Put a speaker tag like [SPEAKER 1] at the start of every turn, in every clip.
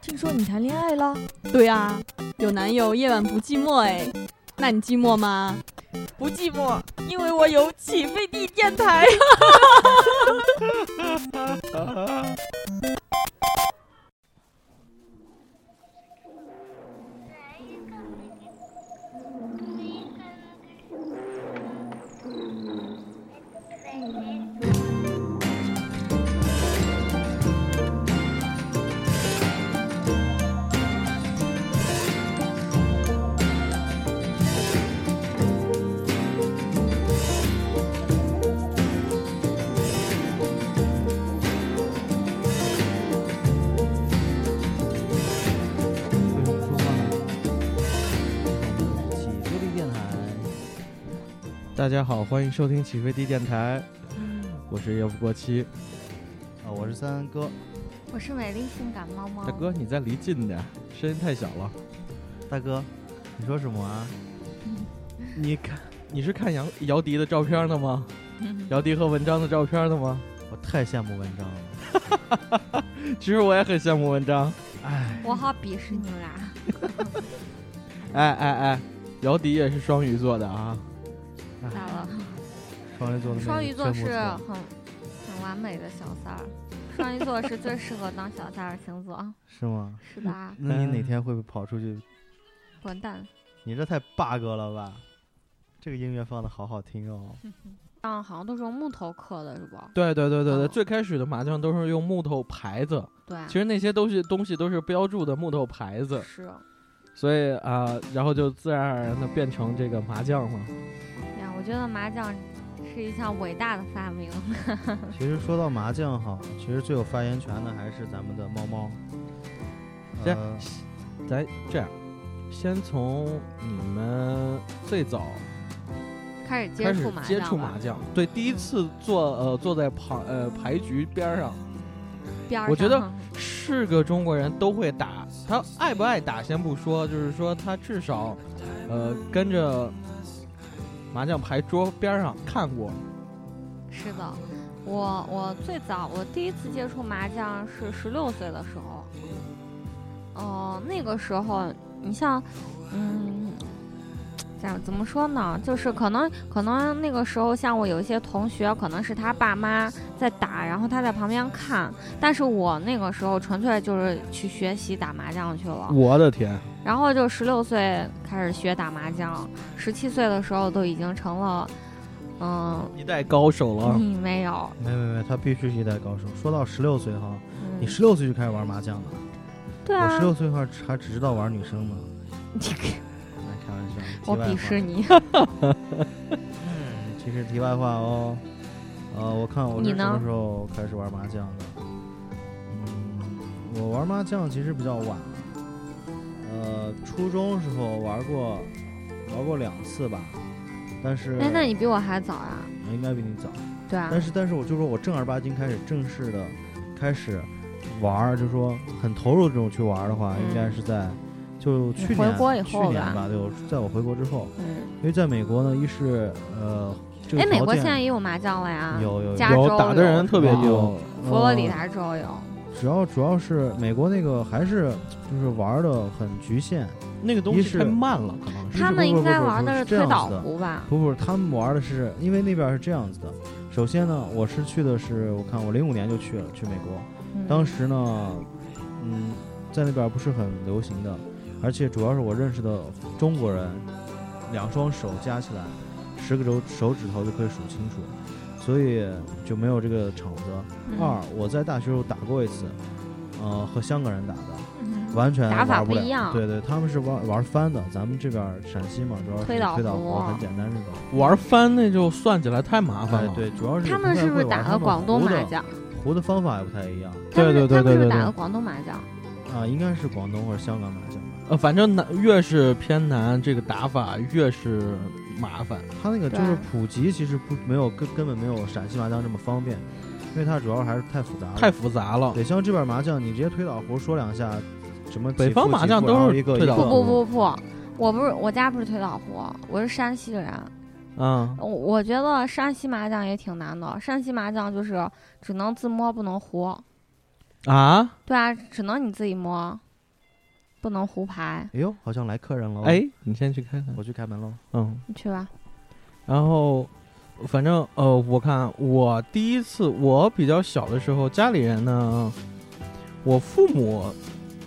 [SPEAKER 1] 听说你谈恋爱了？
[SPEAKER 2] 对啊，有男友夜晚不寂寞哎。那你寂寞吗？
[SPEAKER 3] 不寂寞，因为我有起飞地电台。
[SPEAKER 4] 嗯
[SPEAKER 5] 为什么不说话呢？起飞地电台。大家好，欢迎收听起飞地电台，
[SPEAKER 6] 嗯
[SPEAKER 5] 我是要不过期。
[SPEAKER 4] 呃
[SPEAKER 5] 啊，我是三安哥，
[SPEAKER 6] 我是美丽性感猫猫。
[SPEAKER 5] 大哥，你再离近点，声音太小了。
[SPEAKER 4] 大哥，你说什么啊？
[SPEAKER 5] 你看，你是看杨姚笛的照片呢吗？
[SPEAKER 6] 嗯
[SPEAKER 5] 姚笛和文章的照片呢吗？
[SPEAKER 4] 我太羡慕文章了。
[SPEAKER 5] 其实我也很羡慕文章。
[SPEAKER 6] 我好鄙视你们 俩。
[SPEAKER 5] 哎哎哎，姚笛也是双鱼座的啊。
[SPEAKER 6] 咋了？
[SPEAKER 4] 双鱼座的妹
[SPEAKER 6] 双
[SPEAKER 4] 子
[SPEAKER 6] 鱼座
[SPEAKER 4] 真不
[SPEAKER 6] 是啊
[SPEAKER 4] 错
[SPEAKER 6] 很很完美的小三儿，双鱼座是最适合当小三儿星座，
[SPEAKER 4] 是吗？
[SPEAKER 6] 是吧？
[SPEAKER 5] 嗯
[SPEAKER 4] 那你哪天会不会跑出去？
[SPEAKER 6] 滚蛋！
[SPEAKER 4] 你这太 bug 了吧？这个音乐放的好好听哦。
[SPEAKER 6] 啊，好像都是用木头刻的，是不？
[SPEAKER 5] 对对对对对，
[SPEAKER 6] 哦
[SPEAKER 5] 最开始的麻将都是用木头牌子，
[SPEAKER 6] 对啊
[SPEAKER 5] 其，实那些都是东西都是标注的木头牌子。
[SPEAKER 6] 是。
[SPEAKER 5] 所以啊、然后就自然而然的变成这个麻将了。
[SPEAKER 6] 哎呀，我觉得麻将是一项伟大的发明。
[SPEAKER 4] 其实说到麻将哈，其实最有发言权的还是咱们的猫猫。
[SPEAKER 6] 嗯
[SPEAKER 5] 这
[SPEAKER 4] 呃，
[SPEAKER 5] 咱这样，先从你们最早
[SPEAKER 6] 开
[SPEAKER 5] 开
[SPEAKER 6] 始接
[SPEAKER 5] 始
[SPEAKER 6] 触麻
[SPEAKER 5] 接
[SPEAKER 6] 将，
[SPEAKER 5] 触麻，将，对，第一次坐呃坐在旁呃牌局边儿上，
[SPEAKER 6] 边儿
[SPEAKER 5] 我觉得
[SPEAKER 6] 上
[SPEAKER 5] 是个中国人都会打。他爱不爱打先不说，就是说他至少呃跟着麻将牌桌边儿上看过。
[SPEAKER 6] 是的。我我最早我第一次接触麻将是十六岁的时候，哦、那个时候你像，嗯，这样怎么说呢？就是可能可能那个时候像我有一些同学，可能是他爸妈在打，然后他在旁边看，但是我那个时候纯粹就是去学习打麻将去了。
[SPEAKER 5] 我的天，
[SPEAKER 6] 然后就十六岁开始学打麻将，十七岁的时候都已经成了，嗯，
[SPEAKER 5] 一代高手了。
[SPEAKER 6] 你没有，
[SPEAKER 4] 没没没，他必须是一代高手。说到十六岁哈，
[SPEAKER 6] 嗯
[SPEAKER 4] 你十六岁就开始玩麻将了。
[SPEAKER 6] 对
[SPEAKER 4] 我
[SPEAKER 6] 啊
[SPEAKER 4] 十，六岁哈还只知道玩女生呢。哎，开玩笑。题
[SPEAKER 6] 我
[SPEAKER 4] 外
[SPEAKER 6] 鄙
[SPEAKER 4] 话
[SPEAKER 6] 视你，
[SPEAKER 4] 嗯，这是题外话哦。呃，我看我是
[SPEAKER 6] 你
[SPEAKER 4] 什
[SPEAKER 6] 呢
[SPEAKER 4] 么时候开始玩麻将的？嗯，我玩麻将其实比较晚了。呃，初中时候玩过，玩过两次吧。但是，
[SPEAKER 6] 哎，那你比我还早呀、
[SPEAKER 4] 应该比你早。
[SPEAKER 6] 对啊
[SPEAKER 4] 但，是，但是我就说我正儿八经开始正式的开始玩儿，就说很投入这种去玩儿的话，
[SPEAKER 6] 嗯
[SPEAKER 4] 应该是在就
[SPEAKER 6] 你
[SPEAKER 4] 去
[SPEAKER 6] 回
[SPEAKER 4] 年
[SPEAKER 6] 国以
[SPEAKER 4] 去
[SPEAKER 6] 后
[SPEAKER 4] 年
[SPEAKER 6] 吧
[SPEAKER 4] 吧，对，我在我回国之后，
[SPEAKER 6] 嗯，
[SPEAKER 4] 因为在美国呢，一是呃，这个
[SPEAKER 6] 哎，美
[SPEAKER 4] 条
[SPEAKER 6] 国
[SPEAKER 4] 件
[SPEAKER 6] 现在也有麻将了呀，
[SPEAKER 4] 有有
[SPEAKER 6] 加
[SPEAKER 5] 有
[SPEAKER 6] 州
[SPEAKER 5] 打的
[SPEAKER 6] 有
[SPEAKER 5] 人特别
[SPEAKER 4] 哇
[SPEAKER 5] 溜，
[SPEAKER 6] 佛罗里达州有，
[SPEAKER 4] 呃主要主要是美国那个还是就是玩的很局限，
[SPEAKER 5] 那个东
[SPEAKER 4] 一
[SPEAKER 5] 西
[SPEAKER 4] 是
[SPEAKER 5] 太慢了，可能是。
[SPEAKER 6] 他们应该玩
[SPEAKER 4] 不
[SPEAKER 6] 的
[SPEAKER 4] 是
[SPEAKER 6] 是
[SPEAKER 4] 这
[SPEAKER 6] 推
[SPEAKER 4] 样
[SPEAKER 6] 倒
[SPEAKER 4] 子的，
[SPEAKER 6] 壶吧？
[SPEAKER 4] 不不，他们玩的是因为那边是这样子的。首先呢，我是去的是我看我零五年就去了去美国，
[SPEAKER 6] 嗯
[SPEAKER 4] 当时呢，嗯，在那边不是很流行的，而且主要是我认识的中国人，两双手加起来，十个手手指头就可以数清楚，所以就没有这个场子。
[SPEAKER 6] 嗯
[SPEAKER 4] 二，我在大学时候打过一次，呃，和香港人打的，
[SPEAKER 6] 嗯
[SPEAKER 4] 完全
[SPEAKER 6] 打法
[SPEAKER 4] 玩
[SPEAKER 6] 不
[SPEAKER 4] 了
[SPEAKER 6] 一样
[SPEAKER 4] 对对，他们是玩玩翻的，咱们这边儿陕西嘛，主要是
[SPEAKER 6] 推
[SPEAKER 4] 推
[SPEAKER 6] 倒
[SPEAKER 4] 倒
[SPEAKER 6] 壶
[SPEAKER 4] 壶，很简单这种。
[SPEAKER 5] 玩翻那就算起来太麻烦
[SPEAKER 4] 哎
[SPEAKER 5] 了。，
[SPEAKER 4] 对，主要是
[SPEAKER 6] 他
[SPEAKER 4] 不
[SPEAKER 6] 们
[SPEAKER 4] 太
[SPEAKER 6] 是不
[SPEAKER 4] 会
[SPEAKER 6] 是
[SPEAKER 4] 玩
[SPEAKER 6] 打
[SPEAKER 4] 他
[SPEAKER 6] 的
[SPEAKER 4] 们
[SPEAKER 6] 广东
[SPEAKER 4] 胡的
[SPEAKER 6] 麻将？
[SPEAKER 4] 胡的方法也不太一样
[SPEAKER 6] 他
[SPEAKER 5] 对
[SPEAKER 6] 们
[SPEAKER 5] 对对
[SPEAKER 6] 他们是不
[SPEAKER 5] 对对
[SPEAKER 6] 是打
[SPEAKER 5] 对
[SPEAKER 6] 的广东麻将？
[SPEAKER 4] 啊，应该是广东或者香港麻将吧。
[SPEAKER 5] 呃，反正南越是偏南，这个打法越是麻烦。
[SPEAKER 4] 他那个就
[SPEAKER 6] 对
[SPEAKER 4] 是普及，其实不没有根根本没有陕西麻将这么方便，因为它主要还是太复杂了。
[SPEAKER 5] 太复杂了。
[SPEAKER 4] 对，像这边麻将，你直接推倒壶说两下，什么
[SPEAKER 5] 北
[SPEAKER 4] 几
[SPEAKER 5] 方
[SPEAKER 4] 副
[SPEAKER 5] 麻
[SPEAKER 4] 几
[SPEAKER 5] 将
[SPEAKER 4] 副
[SPEAKER 5] 都
[SPEAKER 4] 然后
[SPEAKER 5] 是
[SPEAKER 4] 一个
[SPEAKER 5] 推
[SPEAKER 4] 一
[SPEAKER 5] 倒
[SPEAKER 4] 个
[SPEAKER 6] 不不不不，我不是我家不是推倒壶，我是山西人，
[SPEAKER 5] 嗯，
[SPEAKER 6] 我我觉得山西麻将也挺难的，山西麻将就是只能自摸不能胡，
[SPEAKER 5] 啊，
[SPEAKER 6] 对啊，只能你自己摸。不能胡牌，
[SPEAKER 4] 哎呦，好像来客人了。，
[SPEAKER 5] 哎，你先去看看。
[SPEAKER 4] 我去开门喽。
[SPEAKER 5] 嗯，
[SPEAKER 6] 你去吧。
[SPEAKER 5] 然后反正呃，我看我第一次我比较小的时候，家里人呢，我父母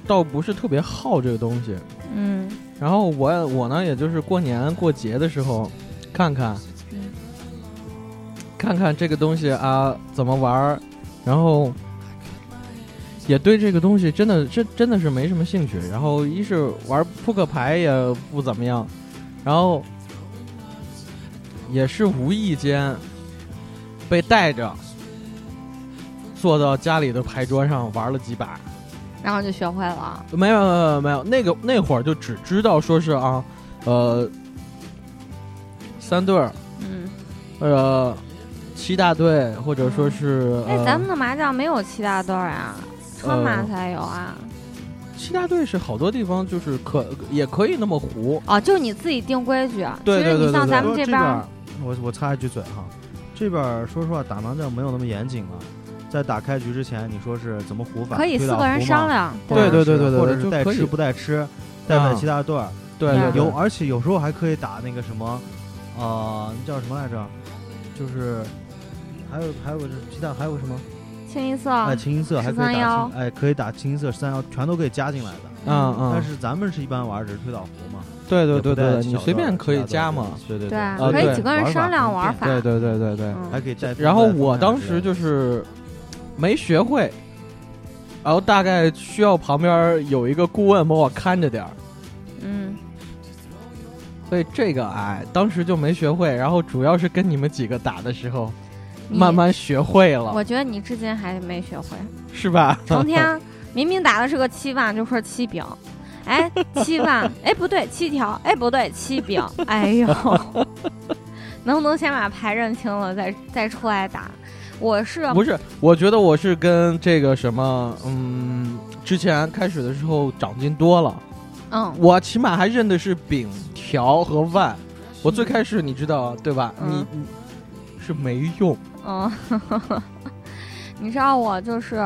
[SPEAKER 5] 倒不是特别好这个东西，
[SPEAKER 6] 嗯
[SPEAKER 5] 然后我我呢，也就是过年过节的时候，看看，
[SPEAKER 6] 嗯
[SPEAKER 5] 看看这个东西啊怎么玩儿，然后也对这个东西真的真真的是没什么兴趣。然后一是玩扑克牌也不怎么样，然后也是无意间被带着坐到家里的牌桌上玩了几把，
[SPEAKER 6] 然后就学会了。
[SPEAKER 5] 没有没有没有，那个那会儿就只知道说是啊，呃，三对儿，
[SPEAKER 6] 嗯，
[SPEAKER 5] 呃，七大队，或者说是
[SPEAKER 6] 哎，
[SPEAKER 5] 呃，
[SPEAKER 6] 咱们的麻将没有七大对儿啊，川麻才有啊。
[SPEAKER 5] 七大队是好多地方就是可也可以那么糊，
[SPEAKER 6] 哦，就是你自己定规矩。
[SPEAKER 5] 对对
[SPEAKER 6] 其实
[SPEAKER 5] 对对
[SPEAKER 6] 你像
[SPEAKER 5] 对
[SPEAKER 6] 咱
[SPEAKER 4] 不
[SPEAKER 6] 们
[SPEAKER 4] 过这
[SPEAKER 6] 边
[SPEAKER 4] 儿
[SPEAKER 6] 儿，
[SPEAKER 4] 我我插一句嘴哈，这边儿说实话打麻将没有那么严谨了。在打开局之前，你说是怎么胡法？
[SPEAKER 6] 可以
[SPEAKER 4] 推
[SPEAKER 6] 四
[SPEAKER 4] 倒
[SPEAKER 6] 个人
[SPEAKER 4] 胡嘛，
[SPEAKER 6] 商量。
[SPEAKER 4] 或者
[SPEAKER 6] 吧
[SPEAKER 5] 对对
[SPEAKER 4] 是
[SPEAKER 5] 对对
[SPEAKER 4] 或
[SPEAKER 5] 对
[SPEAKER 4] 者是
[SPEAKER 5] 就
[SPEAKER 4] 带
[SPEAKER 5] 可
[SPEAKER 4] 吃
[SPEAKER 5] 以
[SPEAKER 4] 不带吃，带不带
[SPEAKER 5] 啊
[SPEAKER 4] 七大段儿，
[SPEAKER 5] 对对
[SPEAKER 6] 对
[SPEAKER 4] 嗯有而且有时候还可以打那个什么，呃，那叫什么来着？就是还有还有个是七大还有个什么？
[SPEAKER 6] 清一色。
[SPEAKER 4] 哎，清一色还可以打
[SPEAKER 6] 13
[SPEAKER 4] 清，哎，可以打清一色十三幺，全都可以加进来的。
[SPEAKER 5] 嗯
[SPEAKER 4] 但
[SPEAKER 5] 嗯，
[SPEAKER 4] 是咱们是一般玩儿只是推倒胡嘛，
[SPEAKER 5] 对对
[SPEAKER 4] 也不
[SPEAKER 5] 对
[SPEAKER 4] 带
[SPEAKER 5] 对，
[SPEAKER 4] 小
[SPEAKER 5] 你随
[SPEAKER 4] 段儿
[SPEAKER 5] 便可以
[SPEAKER 4] 七大
[SPEAKER 5] 加
[SPEAKER 4] 段儿
[SPEAKER 5] 嘛，
[SPEAKER 4] 对对对，
[SPEAKER 6] 啊，
[SPEAKER 5] 呃
[SPEAKER 6] 可以
[SPEAKER 5] 对
[SPEAKER 6] 几个人
[SPEAKER 4] 玩法
[SPEAKER 6] 商量
[SPEAKER 4] 很
[SPEAKER 6] 玩
[SPEAKER 4] 变
[SPEAKER 6] 法。
[SPEAKER 5] 对对对对对。
[SPEAKER 6] 嗯
[SPEAKER 4] 还可以带。
[SPEAKER 5] 然后我当时就是没学会，然后大概需要旁边儿有一个顾问帮我看着点儿。
[SPEAKER 6] 嗯，
[SPEAKER 5] 所以这个哎，当时就没学会，然后主要是跟你们几个打的时候，
[SPEAKER 6] 你
[SPEAKER 5] 慢。慢学会了，
[SPEAKER 6] 我觉得你至今还没学会，
[SPEAKER 5] 是吧？
[SPEAKER 6] 成天明明打的是个七万，就说七饼，哎， 七万，哎不对，七条，哎不对，七饼，哎呦，能不能先把牌认清了再再出来打？我是
[SPEAKER 5] 不是，我觉得我是跟这个什么，嗯，之前开始的时候长进多了，
[SPEAKER 6] 嗯
[SPEAKER 5] 我起码还认的是饼、条和万。我最开始你知道啊对吧？
[SPEAKER 6] 嗯
[SPEAKER 5] 你你是没用，
[SPEAKER 6] 嗯， 你知道我就是。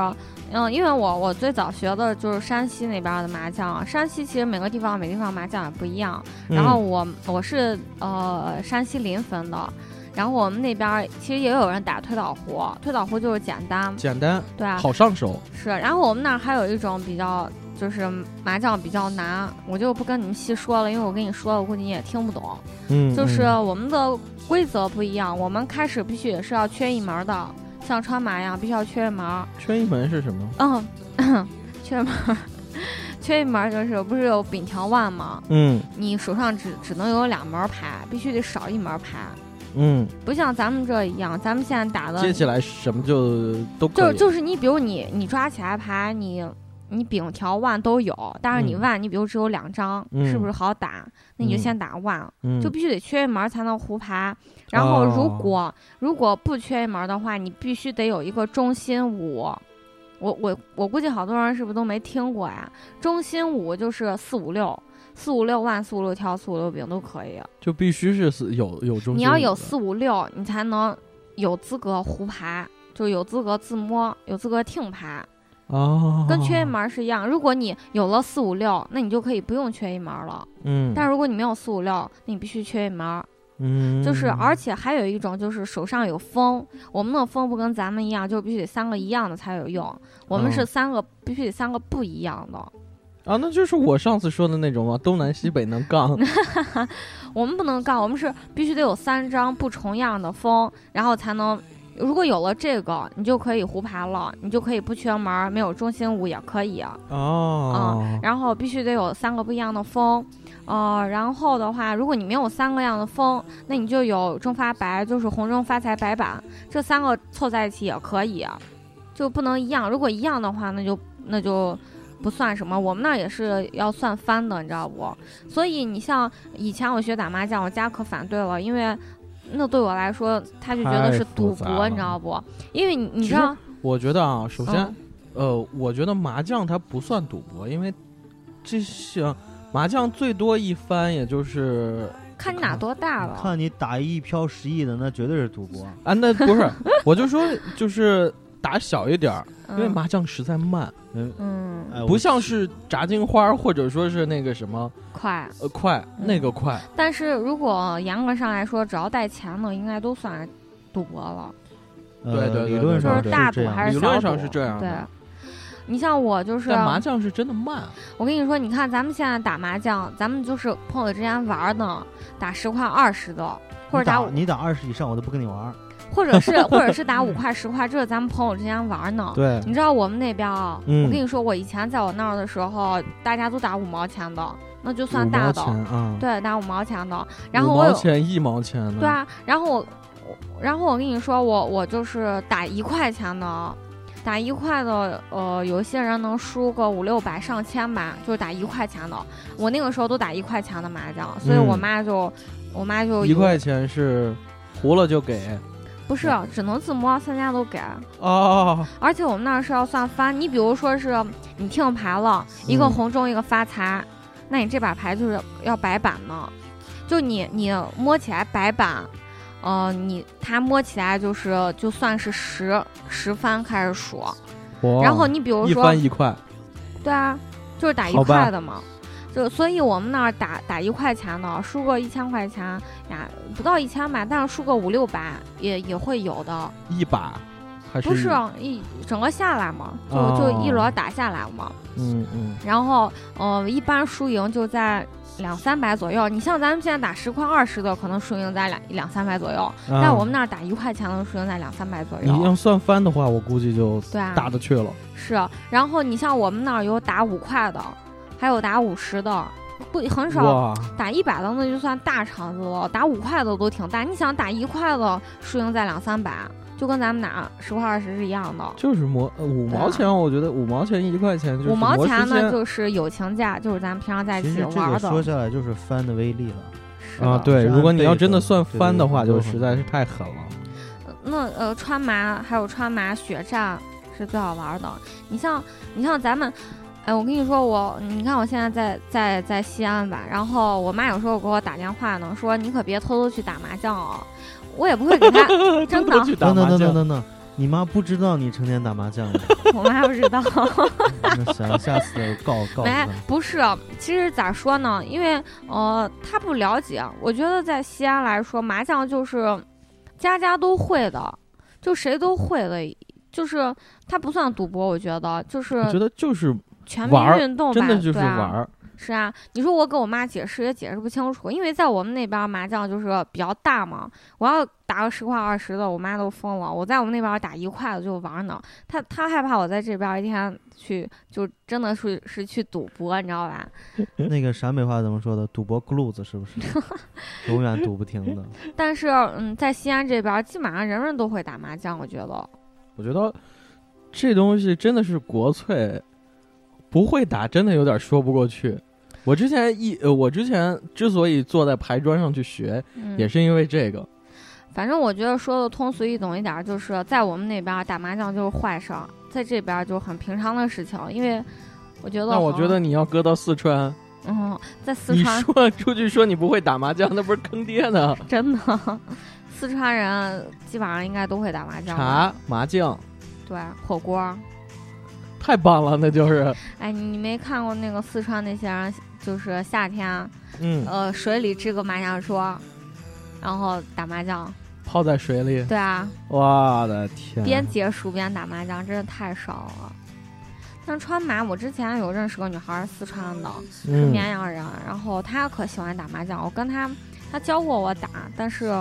[SPEAKER 6] 嗯，因为我我最早学的就是山西那边的麻将，啊山西其实每个地方每地方麻将也不一样，
[SPEAKER 5] 嗯
[SPEAKER 6] 然后我我是呃山西临汾的，然后我们那边儿其实也有人打推倒壶，推倒壶就是简单
[SPEAKER 5] 嗯，简单
[SPEAKER 6] 对啊，
[SPEAKER 5] 好上手，
[SPEAKER 6] 是。然后我们那儿还有一种比较就是麻将比较难，我就不跟你们细说了，因为我跟你说了，我估计你也听不懂。
[SPEAKER 5] 嗯
[SPEAKER 6] 就是我们的规则不一样，我们开始必须也是要缺一门儿的，像川麻一样必须要缺一门儿。
[SPEAKER 5] 圈一门是什么？
[SPEAKER 6] 嗯， 缺一门儿， 缺一门儿就是不是有饼条万吗？
[SPEAKER 5] 嗯
[SPEAKER 6] 你手上只只能有两门儿牌，必须得少一门儿牌，
[SPEAKER 5] 嗯，
[SPEAKER 6] 不像咱们这一样，咱们现在打的
[SPEAKER 5] 接起来什么就都可
[SPEAKER 6] 就
[SPEAKER 5] 以，
[SPEAKER 6] 就是你比如你你抓起来牌，你你饼条万都有，但是你
[SPEAKER 5] 嗯
[SPEAKER 6] 万你比如只有两张，
[SPEAKER 5] 嗯
[SPEAKER 6] 是不是好打？那你就
[SPEAKER 5] 嗯
[SPEAKER 6] 先打万，
[SPEAKER 5] 嗯哦
[SPEAKER 6] 就必须得缺一门儿才能胡牌。然
[SPEAKER 5] 啊
[SPEAKER 6] 后如果、如果不缺一门儿的话，你必须得有一个中心五。我我我估计好多人是不是都没听过呀？中心五就是四五六，四五六万四五六条四五六饼都可以。
[SPEAKER 5] 就必须是四有有中心
[SPEAKER 6] 你要有
[SPEAKER 5] 的
[SPEAKER 6] 四五六，你才能有资格胡牌，就有资格自摸，有资格听牌，
[SPEAKER 5] 哦，
[SPEAKER 6] 跟缺一门儿是一样。如果你有了四五六，那你就可以不用缺一门儿了。
[SPEAKER 5] 嗯，
[SPEAKER 6] 但如果你没有四五六，那你必须缺一门儿。
[SPEAKER 5] 嗯，
[SPEAKER 6] 就是，而且还有一种就是手上有风，我们的风不跟咱们一样，就是必须得三个一样的才有用。我们是
[SPEAKER 5] 嗯
[SPEAKER 6] 三个，必须得三个不一样的。
[SPEAKER 5] 啊，那就是我上次说的那种嘛，啊东南西北能 杠，
[SPEAKER 6] 我们不能杠，我们是必须得有三张不重样的风，然后才能。如果有了这个，你就可以胡牌了，你就可以不缺门儿，没有中心五也可以。啊
[SPEAKER 5] 哦，
[SPEAKER 6] 然后必须得有三个不一样的风，呃，然后的话，如果你没有三个样的风，那你就有中发白，就是红中发财白板，这三个凑在一起也可以，就不能一样。如果一样的话，那就那就不算什么。我们那儿也是要算翻的，你知道不？所以你像以前我学打麻将，我家可反对了，因为。那对我来说，他就觉得
[SPEAKER 5] 太
[SPEAKER 6] 是
[SPEAKER 5] 复
[SPEAKER 6] 赌
[SPEAKER 5] 杂
[SPEAKER 6] 博，你知
[SPEAKER 5] 了
[SPEAKER 6] 道不？因为你你
[SPEAKER 5] 其
[SPEAKER 6] 知
[SPEAKER 5] 实
[SPEAKER 6] 道，
[SPEAKER 5] 我觉得啊，首先
[SPEAKER 6] 嗯，
[SPEAKER 5] 呃，我觉得麻将它不算赌博，因为这像麻将最多一翻，也就是
[SPEAKER 6] 看你哪多大了。
[SPEAKER 4] 看你打一飘十亿的，那绝对是赌博。
[SPEAKER 5] 啊，那不是，我就说就是打小一点儿，因为麻将实在慢，
[SPEAKER 4] 嗯，
[SPEAKER 6] 嗯
[SPEAKER 4] 哎，我
[SPEAKER 5] 不像是炸金花儿或者说是那个什么
[SPEAKER 6] 快。
[SPEAKER 5] 呃快
[SPEAKER 6] 嗯
[SPEAKER 5] 那个快，
[SPEAKER 6] 但是如果严格上来说，只要带钱的，应该都算是赌博了，
[SPEAKER 4] 呃
[SPEAKER 5] 对对对
[SPEAKER 4] 理论
[SPEAKER 6] 就
[SPEAKER 4] 上
[SPEAKER 6] 是大
[SPEAKER 4] 这
[SPEAKER 6] 赌
[SPEAKER 4] 样
[SPEAKER 6] 还
[SPEAKER 5] 理
[SPEAKER 6] 是小
[SPEAKER 5] 论
[SPEAKER 6] 赌？
[SPEAKER 5] 上是这样
[SPEAKER 6] 对
[SPEAKER 5] 的，
[SPEAKER 6] 你像我就是，啊
[SPEAKER 5] 但麻将是真的慢，啊
[SPEAKER 6] 我跟你说，你看咱们现在打麻将，咱们就是碰友之间玩儿呢，打十块二十的，或者
[SPEAKER 4] 你打
[SPEAKER 6] 五，
[SPEAKER 4] 你打二十以上，我都不跟你玩儿。
[SPEAKER 6] 或者是或者是打五块十块，这是咱们朋友之间玩儿呢。
[SPEAKER 4] 对，
[SPEAKER 6] 你知道我们那边啊，
[SPEAKER 5] 嗯
[SPEAKER 6] 我跟你说，我以前在我那儿的时候，大家都打五毛钱的，那就算
[SPEAKER 5] 五
[SPEAKER 6] 大
[SPEAKER 5] 毛
[SPEAKER 6] 的
[SPEAKER 5] 钱，啊，
[SPEAKER 6] 对，打五毛钱的。然后
[SPEAKER 5] 五
[SPEAKER 6] 我
[SPEAKER 5] 毛
[SPEAKER 6] 有
[SPEAKER 5] 钱一毛钱的，
[SPEAKER 6] 对啊，然后我，我然后我跟你说，我我就是打一块钱的，打一块的，呃，有一些人能输个五六百、上千吧，就是打一块钱的。我那个时候都打一块钱的麻将，所以我
[SPEAKER 5] 嗯
[SPEAKER 6] 妈就，我妈就
[SPEAKER 5] 一
[SPEAKER 6] 有
[SPEAKER 5] 块钱是糊了就给
[SPEAKER 6] 不是只能自摸，三家都给。
[SPEAKER 5] 哦，
[SPEAKER 6] 而且我们那儿是要算翻，你比如说是你听牌了，一个
[SPEAKER 5] 嗯
[SPEAKER 6] 红中，一个发财，那你这把牌就是要白板呢，就你你摸起来白板，呃，你他摸起来就是就算是十十番开始数，
[SPEAKER 5] 哇
[SPEAKER 6] 然后你比如
[SPEAKER 5] 一
[SPEAKER 6] 说
[SPEAKER 5] 翻一块，
[SPEAKER 6] 对啊，就是打一
[SPEAKER 5] 好吧
[SPEAKER 6] 块的嘛。就所以我们那儿打打一块钱的，输个一千块钱呀，不到一千吧，但是输个五六百也也会有的。
[SPEAKER 5] 一把还是
[SPEAKER 6] 不是啊一整个下来嘛，就、就一
[SPEAKER 5] 嗯哦
[SPEAKER 6] 轮打下来嘛。
[SPEAKER 5] 嗯嗯
[SPEAKER 6] 然后，嗯、一般输赢就在两三百左右。你像咱们现在打十块二十的，可能输赢在两两三百左右，
[SPEAKER 5] 啊
[SPEAKER 6] 但我们那儿打一块钱的输赢在两三百左
[SPEAKER 5] 你要
[SPEAKER 6] 右。
[SPEAKER 5] 算翻的话，我估计就
[SPEAKER 6] 对啊，
[SPEAKER 5] 大的去了。
[SPEAKER 6] 是。啊然后你像我们那儿有打五块的，还有打五十的，不很少。
[SPEAKER 5] 哇，
[SPEAKER 6] 打一百的那就算大场子了，打五块的都挺大。你想打一块的输赢在两三百，就跟咱们哪十块二十是一样的。
[SPEAKER 5] 就是磨呃五毛钱，我觉得五毛钱一块钱就是
[SPEAKER 6] 啊五毛
[SPEAKER 5] 磨时
[SPEAKER 6] 钱呢，
[SPEAKER 5] 间
[SPEAKER 6] 就是友情价，就是咱们平常在一
[SPEAKER 4] 其
[SPEAKER 6] 起
[SPEAKER 4] 实这
[SPEAKER 6] 玩
[SPEAKER 4] 个
[SPEAKER 6] 儿
[SPEAKER 4] 说
[SPEAKER 6] 的。
[SPEAKER 4] 下来就是翻的威力了。
[SPEAKER 6] 是
[SPEAKER 5] 啊，
[SPEAKER 6] 的，
[SPEAKER 5] 对，
[SPEAKER 4] 是按
[SPEAKER 5] 如果你要
[SPEAKER 4] 倍
[SPEAKER 5] 真的
[SPEAKER 4] 的
[SPEAKER 5] 算
[SPEAKER 4] 对对
[SPEAKER 5] 翻的
[SPEAKER 4] 对
[SPEAKER 5] 话，
[SPEAKER 4] 都
[SPEAKER 5] 就
[SPEAKER 4] 很
[SPEAKER 5] 实在是太狠了。
[SPEAKER 6] 那呃，川麻还有川麻血战是最好玩儿的。你像你像咱们，哎，我跟你说，我你看我现在在在在西安吧，然后我妈有时候给我打电话呢，说你可别偷偷去打麻将哦。我也不会给 她，真的，
[SPEAKER 5] 去打
[SPEAKER 4] 等等等
[SPEAKER 5] 麻
[SPEAKER 4] 等
[SPEAKER 5] 将，
[SPEAKER 4] 等等，你妈不知道你成天打麻将了，
[SPEAKER 6] 我妈不知道。
[SPEAKER 4] 那行，下次告告诉
[SPEAKER 6] 没
[SPEAKER 4] 她。，
[SPEAKER 6] 不是，其实咋说呢？因为呃，他不了解。我觉得在西安来说，麻将就是家家都会的，就谁都会的，就是它不算赌博，我觉得就
[SPEAKER 5] 我觉
[SPEAKER 6] 是
[SPEAKER 5] 得就是
[SPEAKER 6] 全民
[SPEAKER 5] 玩儿
[SPEAKER 6] 运动吧，
[SPEAKER 5] 真的就是
[SPEAKER 6] 对啊
[SPEAKER 5] 玩儿，
[SPEAKER 6] 是啊，你说我给我妈解释也解释不清楚，因为在我们那边麻将就是比较大嘛，我要打个十块二十的，我妈都疯了。我在我们那边打一块的就玩呢，她她害怕我在这边一天去就真的是是去赌博，你知道吧？
[SPEAKER 4] 那个陕北话怎么说的？赌博咕噜子是不是？永远赌不停的。
[SPEAKER 6] 但是嗯，在西安这边基本上人人都会打麻将，我觉得
[SPEAKER 5] 我觉得这东西真的是国粹，不会打真的有点说不过去。我之前一呃，我之前之所以坐在牌桌上去学，
[SPEAKER 6] 嗯
[SPEAKER 5] 也是因为这个。
[SPEAKER 6] 反正我觉得说的通俗易懂一点儿，就是在我们那边打麻将就是坏事儿，在这边就很平常的事情，因为我觉得
[SPEAKER 5] 那我
[SPEAKER 6] 好
[SPEAKER 5] 觉得你要搁到四川，
[SPEAKER 6] 嗯，在四
[SPEAKER 5] 你
[SPEAKER 6] 川
[SPEAKER 5] 说出去说你不会打麻将，那不是坑爹呢？
[SPEAKER 6] 真的，四川人基本上应该都会打麻将吧，
[SPEAKER 5] 茶麻将
[SPEAKER 6] 对火锅儿。
[SPEAKER 5] 太棒了，那就是
[SPEAKER 6] 哎，你没看过那个四川那些人，就是夏天，
[SPEAKER 5] 嗯，
[SPEAKER 6] 呃，水里支个麻将桌，然后打麻将。
[SPEAKER 5] 泡在水里，
[SPEAKER 6] 对啊，
[SPEAKER 5] 我的天！
[SPEAKER 6] 边解暑边打麻将，真是太少了。但是川麻，我之前有认识个女孩儿，四川的，是
[SPEAKER 5] 嗯
[SPEAKER 6] 绵阳人，然后她可喜欢打麻将，我跟她，她教过我打，但是。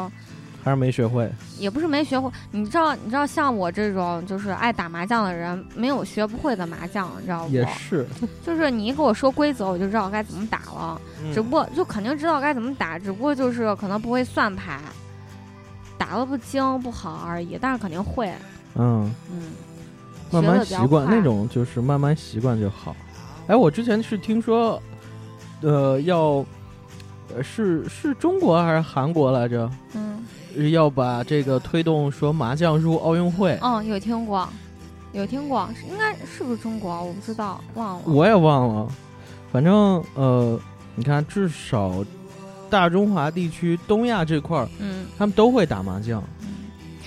[SPEAKER 5] 还是没学会，
[SPEAKER 6] 也不是没学会，你知道，你知道像我这种就是爱打麻将的人，没有学不会的麻将，你知道不
[SPEAKER 5] 也？是，
[SPEAKER 6] 就是你一给我说规则，我就知道该怎么打了。
[SPEAKER 5] 嗯
[SPEAKER 6] 只不过就肯定知道该怎么打，只不过就是可能不会算牌，打的不精不好而已。但是肯定会，
[SPEAKER 5] 嗯，
[SPEAKER 6] 嗯，
[SPEAKER 5] 慢
[SPEAKER 6] 学
[SPEAKER 5] 慢
[SPEAKER 6] 得比
[SPEAKER 5] 习
[SPEAKER 6] 较
[SPEAKER 5] 惯
[SPEAKER 6] 快
[SPEAKER 5] 那种，就是慢慢习惯就好。哎，我之前是听说，呃，要，呃是是中国还是韩国来着？
[SPEAKER 6] 嗯，
[SPEAKER 5] 呃要把这个推动说麻将入奥运会，
[SPEAKER 6] 哦，有听过，有听过，是应该是不是中国？我不知道，忘了。
[SPEAKER 5] 我也忘了，反正呃，你看，至少大中华地区、东亚这块儿，
[SPEAKER 6] 嗯，
[SPEAKER 5] 他们都会打麻将。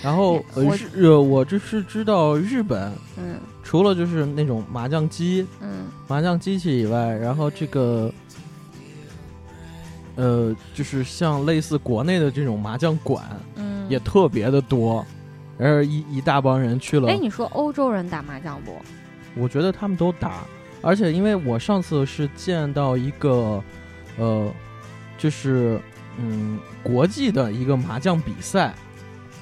[SPEAKER 5] 然后呃
[SPEAKER 6] 哎我
[SPEAKER 5] 日呃我这是知道日本
[SPEAKER 6] 嗯
[SPEAKER 5] 除了就是那种麻将机、
[SPEAKER 6] 嗯
[SPEAKER 5] 麻将机器以外，然后这个，呃，就是像类似国内的这种麻将馆
[SPEAKER 6] 嗯，
[SPEAKER 5] 也特别的多，然后一一大帮人去了
[SPEAKER 6] 哎，，你说欧洲人打麻将不？
[SPEAKER 5] 我觉得他们都打，而且因为我上次是见到一个，呃，就是嗯国际的一个麻将比赛，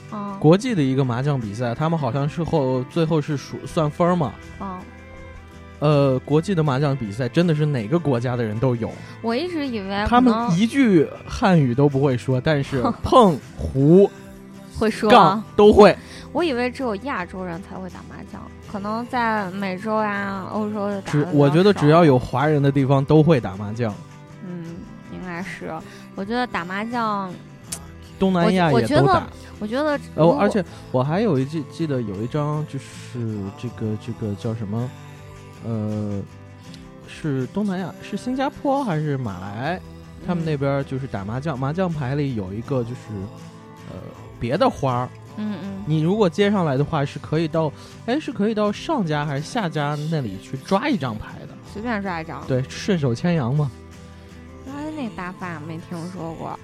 [SPEAKER 6] 啊
[SPEAKER 5] 国际的一个麻将比赛，他们好像是后最后是数算分儿嘛，
[SPEAKER 6] 啊！
[SPEAKER 5] 呃，国际的麻将比赛真的是哪个国家的人都有，
[SPEAKER 6] 我一直以为
[SPEAKER 5] 他们
[SPEAKER 6] 可能
[SPEAKER 5] 一句汉语都不会 说，但是碰、胡、
[SPEAKER 6] 会说
[SPEAKER 5] 杠都会。
[SPEAKER 6] 我以为只有亚洲人才会打麻将，可能在美洲呀、欧洲就打
[SPEAKER 5] 只
[SPEAKER 6] 得比较
[SPEAKER 5] 我觉得
[SPEAKER 6] 少
[SPEAKER 5] 只要有华人的地方都会打麻将，
[SPEAKER 6] 嗯，应该是。我觉得打麻将，
[SPEAKER 5] 东南亚
[SPEAKER 6] 我
[SPEAKER 5] 也
[SPEAKER 6] 觉得
[SPEAKER 5] 都打。
[SPEAKER 6] 我觉得如
[SPEAKER 5] 然后
[SPEAKER 6] 果
[SPEAKER 5] 哦而且我还有一记记得有一张就是这个这个叫什么，呃，是东南亚是新加坡还是马来？
[SPEAKER 6] 嗯
[SPEAKER 5] 他们那边儿就是打麻将，麻将牌里有一个就是呃别的花儿。
[SPEAKER 6] 嗯嗯
[SPEAKER 5] 你如果接上来的话，是可以到，哎，是可以到上家还是下家那里去抓一张牌的。
[SPEAKER 6] 随便抓一张。
[SPEAKER 5] 对，顺手牵羊嘛。
[SPEAKER 6] 原来那打法没听说过，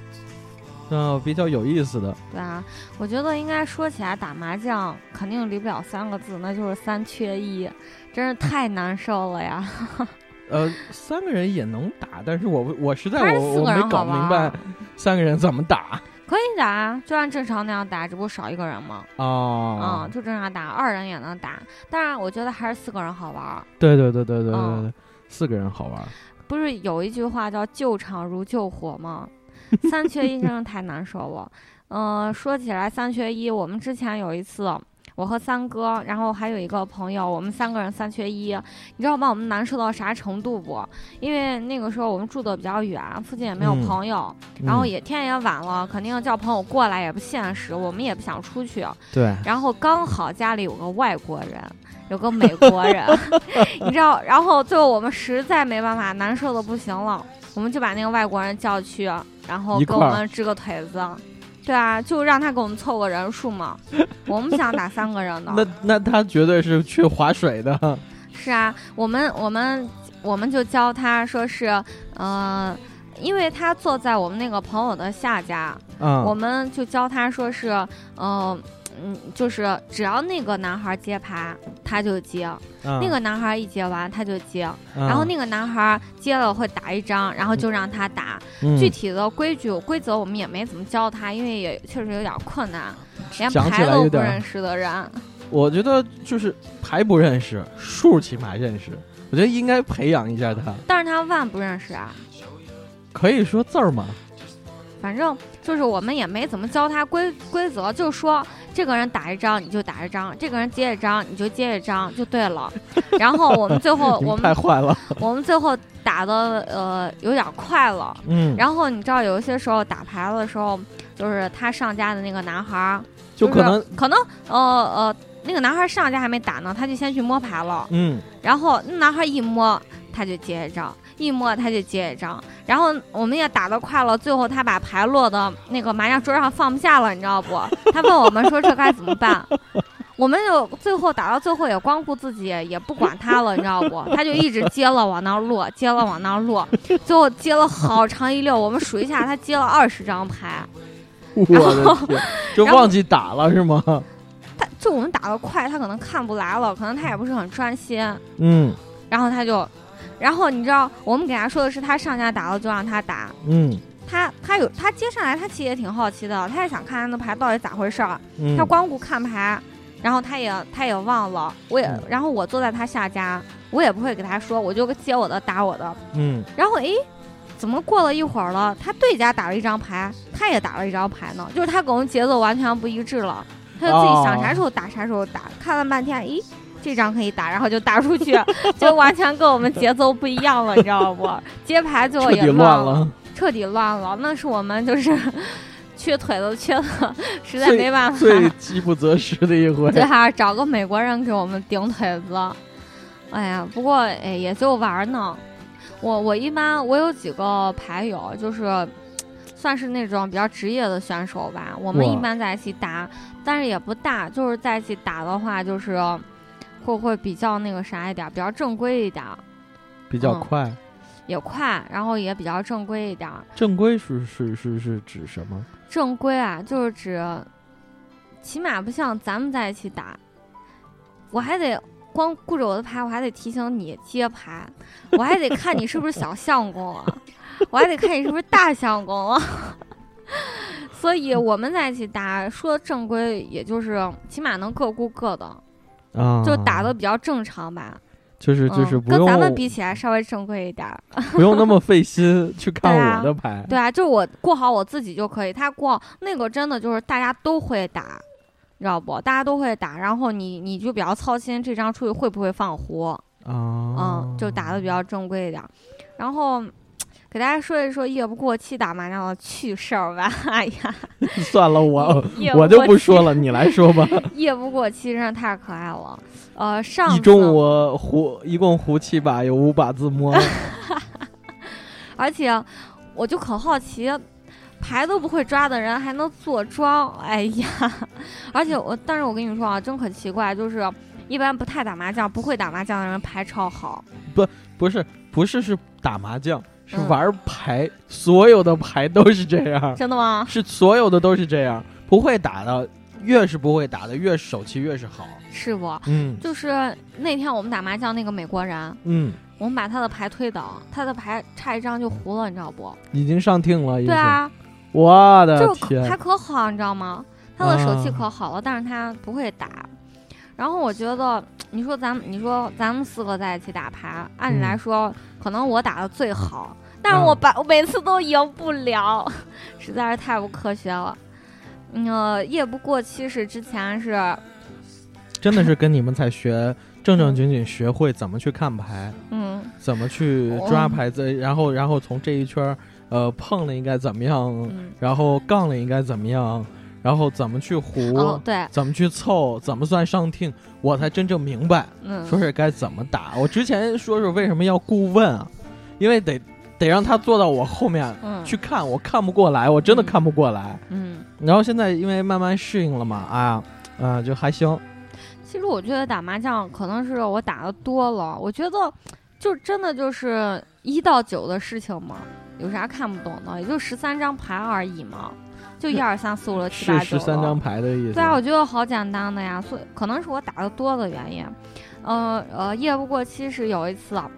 [SPEAKER 5] 那啊比较有意思的，
[SPEAKER 6] 对啊，我觉得应该说起来打麻将肯定离不了三个字，那就是三缺一，真是太难受了呀。
[SPEAKER 5] 呃，三个人也能打，但是我我实
[SPEAKER 6] 还
[SPEAKER 5] 在
[SPEAKER 6] 是
[SPEAKER 5] 我
[SPEAKER 6] 四
[SPEAKER 5] 我
[SPEAKER 6] 个
[SPEAKER 5] 没
[SPEAKER 6] 人
[SPEAKER 5] 搞
[SPEAKER 6] 好
[SPEAKER 5] 明
[SPEAKER 6] 玩
[SPEAKER 5] 白
[SPEAKER 6] 儿
[SPEAKER 5] 三个人怎么打
[SPEAKER 6] 可以打啊，就按正常那样打，只不过少一个人嘛。啊、
[SPEAKER 5] 啊？
[SPEAKER 6] 就正常打，二人也能打。当然，我觉得还是四个人好玩儿。
[SPEAKER 5] 对对对对对对
[SPEAKER 6] 嗯
[SPEAKER 5] 对，四个人好玩儿。
[SPEAKER 6] 不是有一句话叫“救场如救火”吗？三缺一真是太难受了。嗯、说起来三缺一，我们之前有一次，我和三哥，然后还有一个朋友，我们三个人三缺一，你知道把我们难受到啥程度不？因为那个时候我们住的比较远，附近也没有
[SPEAKER 5] 嗯
[SPEAKER 6] 朋友，然后
[SPEAKER 5] 嗯
[SPEAKER 6] 也天也晚了，肯定叫朋友过来也不现实，我们也不想出去。
[SPEAKER 5] 对，
[SPEAKER 6] 然后刚好家里有个外国人，有个美国人， 你知道，然后最后我们实在没办法，难受的不行了，我们就把那个外国人叫去，然后
[SPEAKER 5] 一
[SPEAKER 6] 给
[SPEAKER 5] 块
[SPEAKER 6] 我
[SPEAKER 5] 儿
[SPEAKER 6] 们支个腿子，对啊，就让他给我们凑个人数 嘛，我们不想打三个人的，
[SPEAKER 5] 那那他绝对是去划水的。
[SPEAKER 6] 是啊，我们我们我们就教他说是，呃，因为他坐在我们那个朋友的下家，
[SPEAKER 5] 嗯，
[SPEAKER 6] 我们就教他说是，呃，嗯，就是只要那个男孩接牌，他就接；那
[SPEAKER 5] 那
[SPEAKER 6] 个男孩一接完，他就接。
[SPEAKER 5] 然
[SPEAKER 6] 然后那个男孩接了会打一张，然后就让他打。
[SPEAKER 5] 个
[SPEAKER 6] 具体的规矩规则我们也没怎么教他，因为也确实有点困难，连
[SPEAKER 5] 讲起
[SPEAKER 6] 牌
[SPEAKER 5] 来
[SPEAKER 6] 都
[SPEAKER 5] 有
[SPEAKER 6] 不
[SPEAKER 5] 点儿
[SPEAKER 6] 认识的人。
[SPEAKER 5] 嗯我觉得就是牌不认识，数起码认识。我觉得应该培养一下他，
[SPEAKER 6] 但是他万不认识啊，
[SPEAKER 5] 可以说字儿吗？
[SPEAKER 6] 反正就是我们也没怎么教他规规则，就说这个人打一张你就打一张，这个人接一张你就接一张就对了。然后我们最 后
[SPEAKER 5] 你
[SPEAKER 6] 我
[SPEAKER 5] 们
[SPEAKER 6] 们
[SPEAKER 5] 太坏 了。
[SPEAKER 6] 我们最后打的呃有点快了，
[SPEAKER 5] 嗯，
[SPEAKER 6] 然后你知道有一些时候打牌的时候，就是他上家的那个男孩儿，
[SPEAKER 5] 就是可能，
[SPEAKER 6] 可能呃呃那个男孩儿上家还没打呢，他就先去摸牌了，
[SPEAKER 5] 嗯，
[SPEAKER 6] 然后那男孩儿一摸他就接一张，一摸他就接一张，然后我们也打得快了，最后他把牌落到那个麻将桌上放不下了，你知道不？ 他问我们说这该怎么办。我们就最后打到最后也光顾自己，也不管他了，你知道不？ 他就一直接了往那儿落，接了往那儿落，最后接了好长一溜。我们数一下，他接了二十张牌，
[SPEAKER 5] 我的天， 就
[SPEAKER 6] 然后
[SPEAKER 5] 忘记打了是吗？
[SPEAKER 6] 他就我们打得快，他可能看不来了，可能他也不是很专心，
[SPEAKER 5] 嗯
[SPEAKER 6] 然后他就，然后你知道我们给他说的是他上家打了就让他打，
[SPEAKER 5] 嗯
[SPEAKER 6] 他他有他接上来，他其实也挺好奇的，他也想看看那牌到底咋回事儿，
[SPEAKER 5] 嗯，
[SPEAKER 6] 他光顾看牌，然后他也他也忘了，我也
[SPEAKER 5] 嗯
[SPEAKER 6] 然后我坐在他下家，我也不会给他说，我就接我的打我的，
[SPEAKER 5] 嗯
[SPEAKER 6] 然后诶，怎么过了一会儿了，他对家打了一张牌，他也打了一张牌呢，就是他跟我们节奏完全不一致了，他就自
[SPEAKER 5] 哦
[SPEAKER 6] 己想啥时候打啥时候打，看了半天，咦。这张可以打，然后就打出去， 就完全跟我们节奏不一样了，你知道不？ 接牌最后
[SPEAKER 5] 彻
[SPEAKER 6] 也
[SPEAKER 5] 底乱
[SPEAKER 6] 了，
[SPEAKER 5] 了。
[SPEAKER 6] 彻底乱了。那是我们就是 缺腿都缺的，实在
[SPEAKER 5] 最
[SPEAKER 6] 没办 法。
[SPEAKER 5] 最饥不择食的一 回。
[SPEAKER 6] 最好找个美国人给我们顶腿子。哎呀，不过哎也就玩儿呢。我我一般我有几个牌友，就是算算是那种比较职业的选手吧。我们
[SPEAKER 5] 哇
[SPEAKER 6] 一般在一起打，但是也不大，就是在一起打的话，就是会会比较那个啥一点儿，比较正规一点儿，
[SPEAKER 5] 比较
[SPEAKER 6] 嗯
[SPEAKER 5] 快。
[SPEAKER 6] 也快，然后也比较正规一点儿。
[SPEAKER 5] 正规是是是是指什么？
[SPEAKER 6] 正规啊，就是指起码不像咱们在一起打，我还得光顾着我的牌，我还得提醒你接牌，我还得看你是不是小相公啊，我还得看你是不是大相公啊。 所以我们在一起打，说正规，也就是起码能各顾各的，
[SPEAKER 5] 啊，
[SPEAKER 6] 就打的比较正常吧。
[SPEAKER 5] 就是就是
[SPEAKER 6] 嗯
[SPEAKER 5] 不用、
[SPEAKER 6] 跟咱们比起来稍微正规一点儿。
[SPEAKER 5] 不用那么费心去
[SPEAKER 6] 对
[SPEAKER 5] 看
[SPEAKER 6] 啊
[SPEAKER 5] 我的牌。
[SPEAKER 6] 对啊，就是我过好我自己就可以。他过好那个真的就是大家都会打，你知道不？大家都会打，然后你你就比较操心这张出去会不会放活，
[SPEAKER 5] 啊，
[SPEAKER 6] 嗯，就打的比较正规一点儿。然后给大家说一说夜不过期打麻将的趣事儿吧。哎呀，
[SPEAKER 5] 算了，我
[SPEAKER 6] 夜
[SPEAKER 5] 哦 我就
[SPEAKER 6] 过
[SPEAKER 5] 不
[SPEAKER 6] 期
[SPEAKER 5] 说了，你来说 吧。
[SPEAKER 6] 夜不过期真的太可爱了。呃，上
[SPEAKER 5] 一
[SPEAKER 6] 次
[SPEAKER 5] 中我胡一共胡七把，有五把自摸。
[SPEAKER 6] 而且我就可好奇，牌都不会抓的人还能坐庄，哎呀！ 而且我，但是我跟你说啊，真可奇怪，就是一般不太打麻将、不会打麻将的人牌超好，
[SPEAKER 5] 不是不是是打麻将，是
[SPEAKER 6] 嗯
[SPEAKER 5] 玩牌，所有的牌都是这 样，
[SPEAKER 6] 真的吗？
[SPEAKER 5] 是所有的都是这样，不会打的。越是不会打的，越手气越是好。
[SPEAKER 6] 是不？
[SPEAKER 5] 嗯
[SPEAKER 6] 就是那天我们打麻将那个美国人，
[SPEAKER 5] 嗯，
[SPEAKER 6] 我们把他的牌推倒，他的牌差一张就胡了，你知道不？
[SPEAKER 5] 已经上听了，已经
[SPEAKER 6] 对。啊，
[SPEAKER 5] 我的
[SPEAKER 6] 就
[SPEAKER 5] 天
[SPEAKER 6] 是！还可好，你知道吗？他的手气
[SPEAKER 5] 啊
[SPEAKER 6] 可好了，但是他不会打。然后我觉得，你说咱们，你说咱们四个在一起打牌，按理来
[SPEAKER 5] 嗯
[SPEAKER 6] 说，可能我打的最好，但是
[SPEAKER 5] 嗯
[SPEAKER 6] 我把、我每次都赢不了， 实在是太不科学了。嗯，呃夜不过期是之前是
[SPEAKER 5] 真的是跟你们才学正正经经学会怎么去看牌，
[SPEAKER 6] 嗯
[SPEAKER 5] 怎么去
[SPEAKER 6] 哦
[SPEAKER 5] 抓牌子，然后然后从这一圈儿，呃，碰了应该怎么样，
[SPEAKER 6] 嗯
[SPEAKER 5] 然后杠了应该怎么样，然后怎么去胡，
[SPEAKER 6] 哦对
[SPEAKER 5] 怎么去凑，怎么算上听，我才真正明白，
[SPEAKER 6] 嗯
[SPEAKER 5] 说是该怎么打。我之前说是为什么要顾问啊，因为得得让他坐到我后面
[SPEAKER 6] 嗯
[SPEAKER 5] 去看，我看不过来，我真的
[SPEAKER 6] 嗯
[SPEAKER 5] 看不过来。
[SPEAKER 6] 嗯，
[SPEAKER 5] 然后现在因为慢慢适应了嘛，啊，嗯、就还行，
[SPEAKER 6] 其实我觉得打麻将可能是我打的多了，我觉得就真的就是一到九的事情嘛，有啥看不懂的？也就十三张牌而已嘛，就一二三四五六七
[SPEAKER 5] 是
[SPEAKER 6] 八九
[SPEAKER 5] 十三张。牌的意思。
[SPEAKER 6] 对啊，我觉得好简单的呀，所以可能是我打的多的原因。呃呃，夜不过期是有一次，啊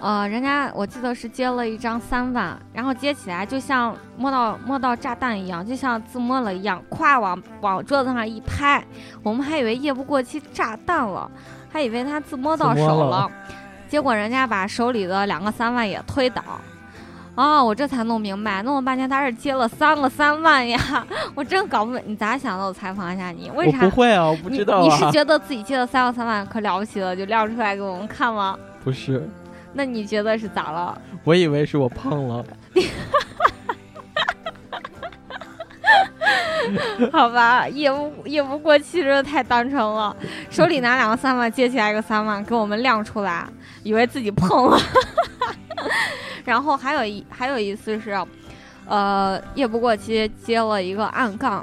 [SPEAKER 6] 呃，人家我记得是接了一张三万，然后接起来就像摸到摸到炸弹一样，就像自摸了一样，咵往往桌子上一拍，我们还以为夜不过期炸弹了，还以为他自摸到
[SPEAKER 5] 自
[SPEAKER 6] 手
[SPEAKER 5] 摸了
[SPEAKER 6] 结果人家把手里的两个三万也推倒。啊、我这才弄明白，弄了半天他是接了三个三万呀， 我真搞不明你咋想的？我采访一下你，为
[SPEAKER 5] 我
[SPEAKER 6] 啥
[SPEAKER 5] 不会啊，我不知道啊。
[SPEAKER 6] 你。你是觉得自己接了三个三万可了不起了，就亮出来给我们看吗？
[SPEAKER 5] 不是？
[SPEAKER 6] 那你觉得是咋了？
[SPEAKER 5] 我以为是我胖了。
[SPEAKER 6] 好吧，也不也不过期，真的太单纯了。手里拿两个三万，接起来一个三万，给我们亮出来，以为自己碰了。 然后还有一还有一次是，呃，夜不过期接了一个暗杠，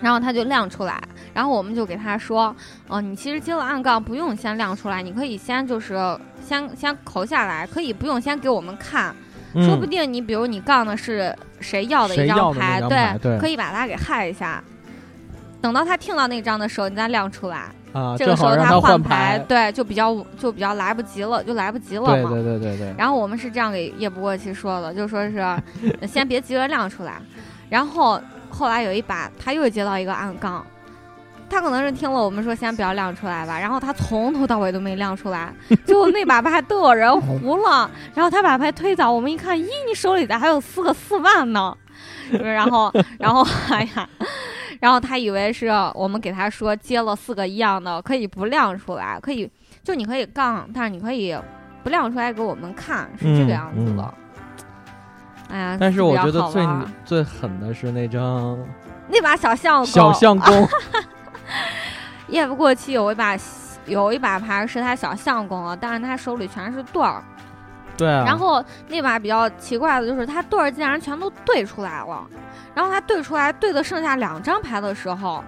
[SPEAKER 6] 然后他就亮出来，然后我们就给他说，哦、你其实接了暗杠不用先亮出来，你可以先就是先先扣下来，可以不用先给我们看，说不定你比如你杠的是谁要的
[SPEAKER 5] 嗯谁
[SPEAKER 6] 一
[SPEAKER 5] 要
[SPEAKER 6] 张
[SPEAKER 5] 的那
[SPEAKER 6] 牌，
[SPEAKER 5] 张牌对
[SPEAKER 6] 可以把他给害一下。等到他听到那张的时候，你再亮出来，
[SPEAKER 5] 嗯啊，
[SPEAKER 6] 这个
[SPEAKER 5] 正
[SPEAKER 6] 时候
[SPEAKER 5] 好让
[SPEAKER 6] 换
[SPEAKER 5] 换
[SPEAKER 6] 牌，。对，就比较就比较来不及了，就来不及了嘛。
[SPEAKER 5] 对对对对对。
[SPEAKER 6] 然后我们是这样给叶不过期说的，就说是 先别急着亮出来。然后后来有一把他又接到一个暗杠，他可能是听了我们说先不要亮出来吧，然后他从头到尾都没亮出来，最后那把牌都有人胡了，然后他把牌推倒，我们一看，咦，你手里的还有四个四万呢， 然后然后 哎呀。然后他以为是我们给他说接了四个一样的，可以不亮出来，可以就你可以杠，但是你可以不亮出来给我们看，是这个样子的。哎呀，
[SPEAKER 5] 嗯但是
[SPEAKER 6] 比
[SPEAKER 5] 我
[SPEAKER 6] 较
[SPEAKER 5] 觉得
[SPEAKER 6] 好
[SPEAKER 5] 最
[SPEAKER 6] 玩啊儿
[SPEAKER 5] 最狠的是那张
[SPEAKER 6] 那把小象
[SPEAKER 5] 小
[SPEAKER 6] 狗
[SPEAKER 5] 相 公，
[SPEAKER 6] 夜不过期有一把有一把牌是他小相公了，但是他手里全是对儿，
[SPEAKER 5] 对啊，
[SPEAKER 6] 然后那把比较奇怪的就是他对儿竟然全都对出来了，然后他对出来对的剩下两张牌的时候，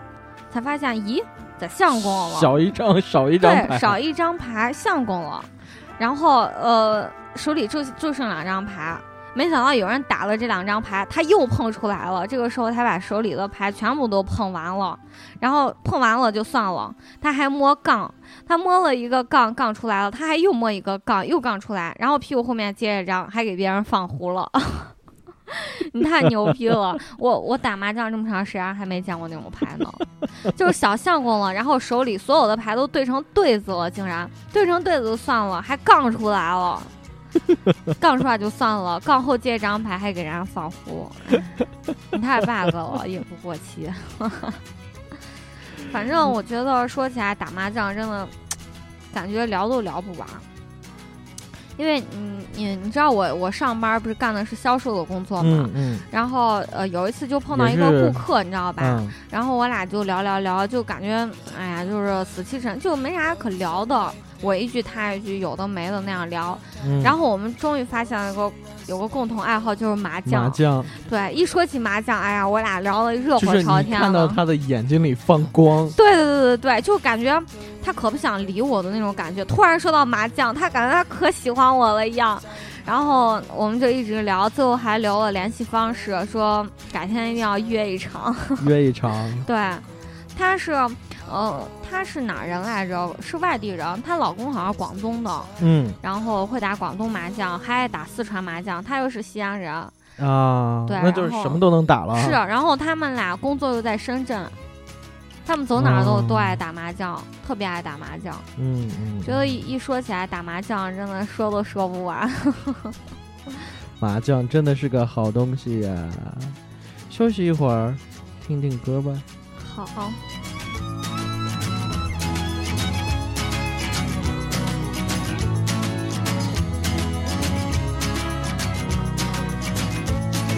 [SPEAKER 6] 才发现咦，在相公了，
[SPEAKER 5] 少一张少一张牌，
[SPEAKER 6] 对，少一张牌相公了，然后呃手里就就剩两张牌。没想到有人打呃了这两张牌，他又碰出来了。这个时候他把手里的牌全部都碰完了，然后碰完了就算了，他还摸杠，他摸了一个杠，杠出来了，他还又摸一个杠，又杠出来，然后屁股后面接一张，还给别人放胡了。 你太牛逼了！我我打麻将这么长时间还没见过那种牌呢，就是小相公了，然后手里所有的牌都对成对子了，竟然对成对子就算了，还杠出来了，杠出来就算了，杠后接一张牌还给人家放胡，哎你太 bug 了，也不过期。 反正我觉得说起来打麻将真的，感觉聊都聊不完。因为你你你知道我我上班不是干的是销售的工作嘛，
[SPEAKER 5] 嗯嗯
[SPEAKER 6] 然后呃有一次就碰到
[SPEAKER 5] 也
[SPEAKER 6] 一个
[SPEAKER 5] 是
[SPEAKER 6] 顾客，你知道吧？
[SPEAKER 5] 嗯，
[SPEAKER 6] 然后我俩就聊聊聊，就感觉哎呀就是死气沉，就没啥可聊的，我一句他一句，有的没的那样聊。
[SPEAKER 5] 嗯
[SPEAKER 6] 然后我们终于发现了一个有个共同爱好就是麻将，
[SPEAKER 5] 麻将
[SPEAKER 6] 对，一说起麻将，哎呀我俩聊的热
[SPEAKER 5] 就是
[SPEAKER 6] 火
[SPEAKER 5] 你
[SPEAKER 6] 朝天
[SPEAKER 5] 看到
[SPEAKER 6] 了。
[SPEAKER 5] 他的眼睛里放光，
[SPEAKER 6] 对对对对对，就感觉他可不想理我的那种感觉。突然说到麻将，他感觉他可喜欢我了一样。然后我们就一直聊，最后还留了联系方式，说改天一定要约一场。
[SPEAKER 5] 约一场，
[SPEAKER 6] 对，她是，呃，她是哪儿人来着？是外地人，她老公好像是广东的，
[SPEAKER 5] 嗯
[SPEAKER 6] 然后会打广东麻将，还爱打四川麻将，她又是西安人，
[SPEAKER 5] 啊，
[SPEAKER 6] 对
[SPEAKER 5] 那就是
[SPEAKER 6] 然后
[SPEAKER 5] 什么都能打了，啊
[SPEAKER 6] 是。然后他们俩工作又在深圳，他们走哪儿都、
[SPEAKER 5] 哦
[SPEAKER 6] 都爱打麻将，特别爱打麻将。
[SPEAKER 5] 嗯嗯，
[SPEAKER 6] 觉得一一说起来打麻将，真的说都说不完。
[SPEAKER 5] 麻将真的是个好东西呀、休息一会儿，听听歌吧。
[SPEAKER 6] 好，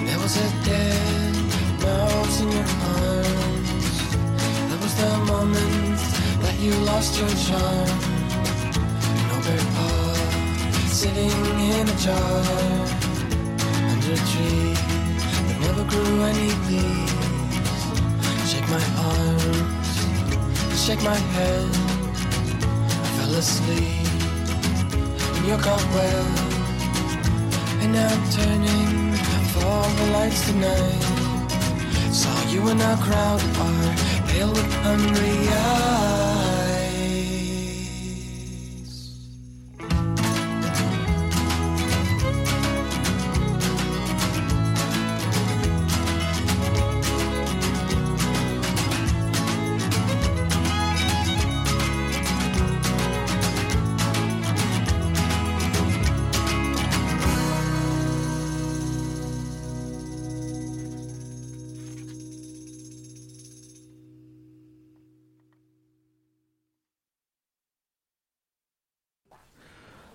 [SPEAKER 1] There was a dead mouse in your arms. That was the moment that you lost your charm. An open pot sitting in a jar under a tree that never grew any leaves. Shake my arms, shake my head. I fell asleep in your cobweb. And now I'm turning for all the lights tonight. Saw you in a crowded bar, pale with hungry eyes.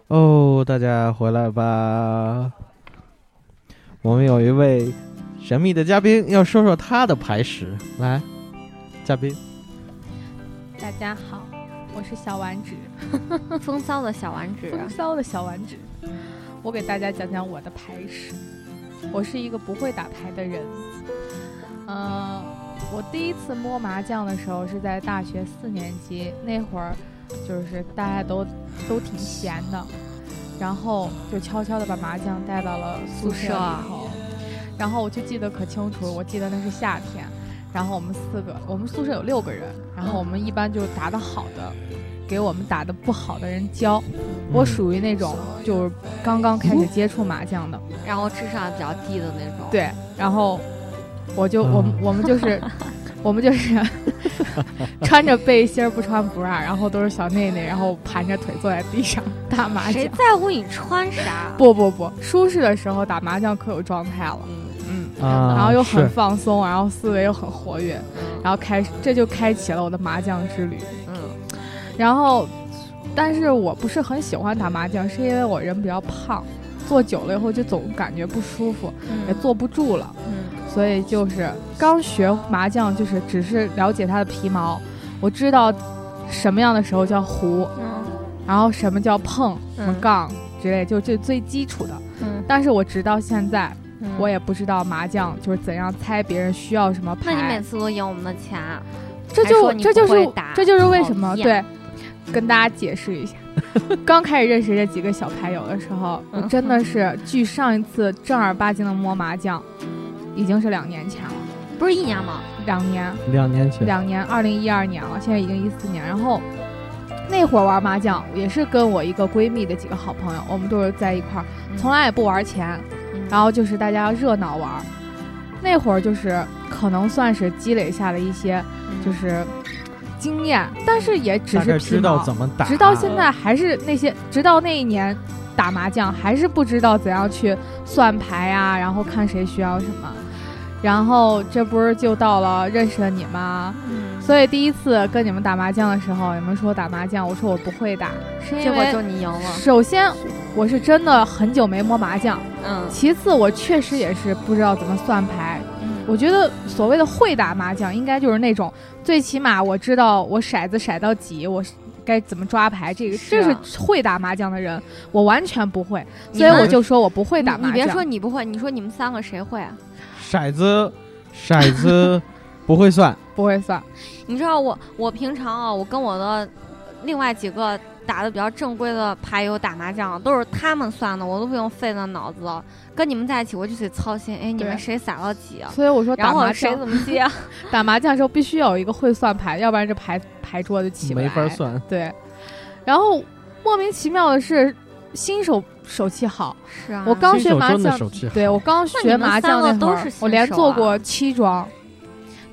[SPEAKER 5] 哦，大家回来吧。我们有一位神秘的嘉宾，要说说他的牌史。来，嘉宾，
[SPEAKER 2] 大家好，我是小丸子，
[SPEAKER 6] 风骚的小丸子，
[SPEAKER 2] 风骚的小丸子，我给大家讲讲我的牌史。我是一个不会打牌的人，嗯、我第一次摸麻将的时候是在大学四年级那会儿，就是大家都都挺闲的，然后就悄悄的把麻将带到了宿舍里头，然后我就记得可清楚，我记得那是夏天，然后我们四个，我们宿舍有六个人，然后我们一般就打的好的，给我们打的不好的人教。我属于那种就是刚刚开始接触麻将的，
[SPEAKER 6] 然后智商也比较低的那种。，
[SPEAKER 2] 对，然后我就我们
[SPEAKER 5] 嗯
[SPEAKER 2] 我们就是我们就是穿着背心儿不穿不让，然后都是小内内，然后盘着腿坐在地上打麻将
[SPEAKER 6] 谁。在乎你穿
[SPEAKER 5] 啊
[SPEAKER 6] 啥？
[SPEAKER 2] 不不不，舒适的时候打麻将可有状态了，嗯，
[SPEAKER 5] 啊
[SPEAKER 2] 然后又很
[SPEAKER 5] 是
[SPEAKER 2] 放松，然后思维又很活跃，然后开这就开启了我的麻将之旅。
[SPEAKER 6] 嗯，
[SPEAKER 2] 然后，但是我不是很喜欢打麻将，是因为我人比较胖，坐久了以后就总感觉不舒服，也坐不住了。
[SPEAKER 6] 嗯，
[SPEAKER 2] 所以就是刚学麻将，就是只是了解它的皮毛，我知道什么样的时候叫胡，
[SPEAKER 6] 嗯
[SPEAKER 2] 然后什么叫碰、
[SPEAKER 6] 嗯
[SPEAKER 2] 杠、之类，就最最基础的。
[SPEAKER 6] 嗯，
[SPEAKER 2] 但是我直到现在，
[SPEAKER 6] 嗯
[SPEAKER 2] 我也不知道麻将就是怎样猜别人需要什么
[SPEAKER 6] 那你每
[SPEAKER 2] 牌。
[SPEAKER 6] 次都赢我们的钱，啊
[SPEAKER 2] 这
[SPEAKER 6] 还
[SPEAKER 2] 就
[SPEAKER 6] 说你
[SPEAKER 2] 这就
[SPEAKER 6] 不会
[SPEAKER 2] 是
[SPEAKER 6] 打
[SPEAKER 2] 这就是为
[SPEAKER 6] 讨
[SPEAKER 2] 什么
[SPEAKER 6] 厌
[SPEAKER 2] 对，跟大家解释一 下。刚开始认识这几个小牌友的时候，
[SPEAKER 6] 嗯
[SPEAKER 2] 我真的是距上一次正儿八经的摸麻将，已经是两年前了，
[SPEAKER 6] 不是一年吗？
[SPEAKER 2] 两年。
[SPEAKER 5] 两年前，
[SPEAKER 2] 两年，二零一二年了，现在已经一四年。然后那会儿玩麻将也是跟我一个闺蜜的几个好朋友，我们都是在一块儿，从来也不玩钱，
[SPEAKER 6] 嗯，
[SPEAKER 2] 然后就是大家热闹玩儿。那会儿就是可能算是积累下了一些
[SPEAKER 6] 嗯
[SPEAKER 2] 就是经验，但是也只
[SPEAKER 5] 大
[SPEAKER 2] 是
[SPEAKER 5] 概
[SPEAKER 2] 皮
[SPEAKER 5] 知道
[SPEAKER 2] 毛。
[SPEAKER 5] 怎么打，啊
[SPEAKER 2] 直到现在还是那些，直到那一年打麻将还是不知道怎样去算牌啊，然后看谁需要什么。然后这不是就到了认识了你们啊，
[SPEAKER 6] 嗯
[SPEAKER 2] 所以第一次跟你们打麻将的时候，你们说打麻将，我说我不会打。
[SPEAKER 6] 是
[SPEAKER 2] 结
[SPEAKER 6] 因
[SPEAKER 2] 果
[SPEAKER 6] 为就
[SPEAKER 2] 就
[SPEAKER 6] 你赢了，
[SPEAKER 2] 首先，我是真的很久没摸麻将；
[SPEAKER 6] 嗯
[SPEAKER 2] 其次，我确实也是不知道怎么算牌。我觉得所谓的会打麻将，应该就是那种最起码我知道我骰子骰到几，我该怎么抓牌，这个
[SPEAKER 6] 是啊
[SPEAKER 2] 这是会打麻将的人，我完全不会，
[SPEAKER 6] 你
[SPEAKER 2] 所以
[SPEAKER 6] 们
[SPEAKER 2] 我就说我不会打
[SPEAKER 6] 你
[SPEAKER 2] 麻
[SPEAKER 6] 你
[SPEAKER 2] 将。
[SPEAKER 6] 别说你不会，你说你们三个谁会啊？
[SPEAKER 5] 骰子骰子不会算，
[SPEAKER 2] 不会算，
[SPEAKER 6] 你知道我我平常啊，我跟我的另外几个打的比较正规的牌友打麻将，啊都是他们算的，我都不用费那脑子了。跟你们在一起，我就得操心，哎，你们谁撒到几啊？
[SPEAKER 2] 所以我说
[SPEAKER 6] 然
[SPEAKER 2] 打
[SPEAKER 6] 后
[SPEAKER 2] 麻
[SPEAKER 6] 谁
[SPEAKER 2] 将
[SPEAKER 6] 怎么接 啊？
[SPEAKER 2] 打麻将的时候必须有一个会算牌，要不然这牌牌桌就起不来。
[SPEAKER 5] 没法算。
[SPEAKER 2] 对，然后莫名其妙的是，新手手气好。
[SPEAKER 6] 是啊，
[SPEAKER 2] 我刚
[SPEAKER 5] 新
[SPEAKER 2] 学
[SPEAKER 5] 手
[SPEAKER 2] 麻
[SPEAKER 5] 真的
[SPEAKER 2] 将啊
[SPEAKER 5] 手，气好，
[SPEAKER 2] 对我刚学麻
[SPEAKER 6] 那你们三
[SPEAKER 2] 将那
[SPEAKER 6] 个
[SPEAKER 2] 会
[SPEAKER 6] 都
[SPEAKER 2] 儿，
[SPEAKER 6] 是新手啊
[SPEAKER 2] 我连做过七庄，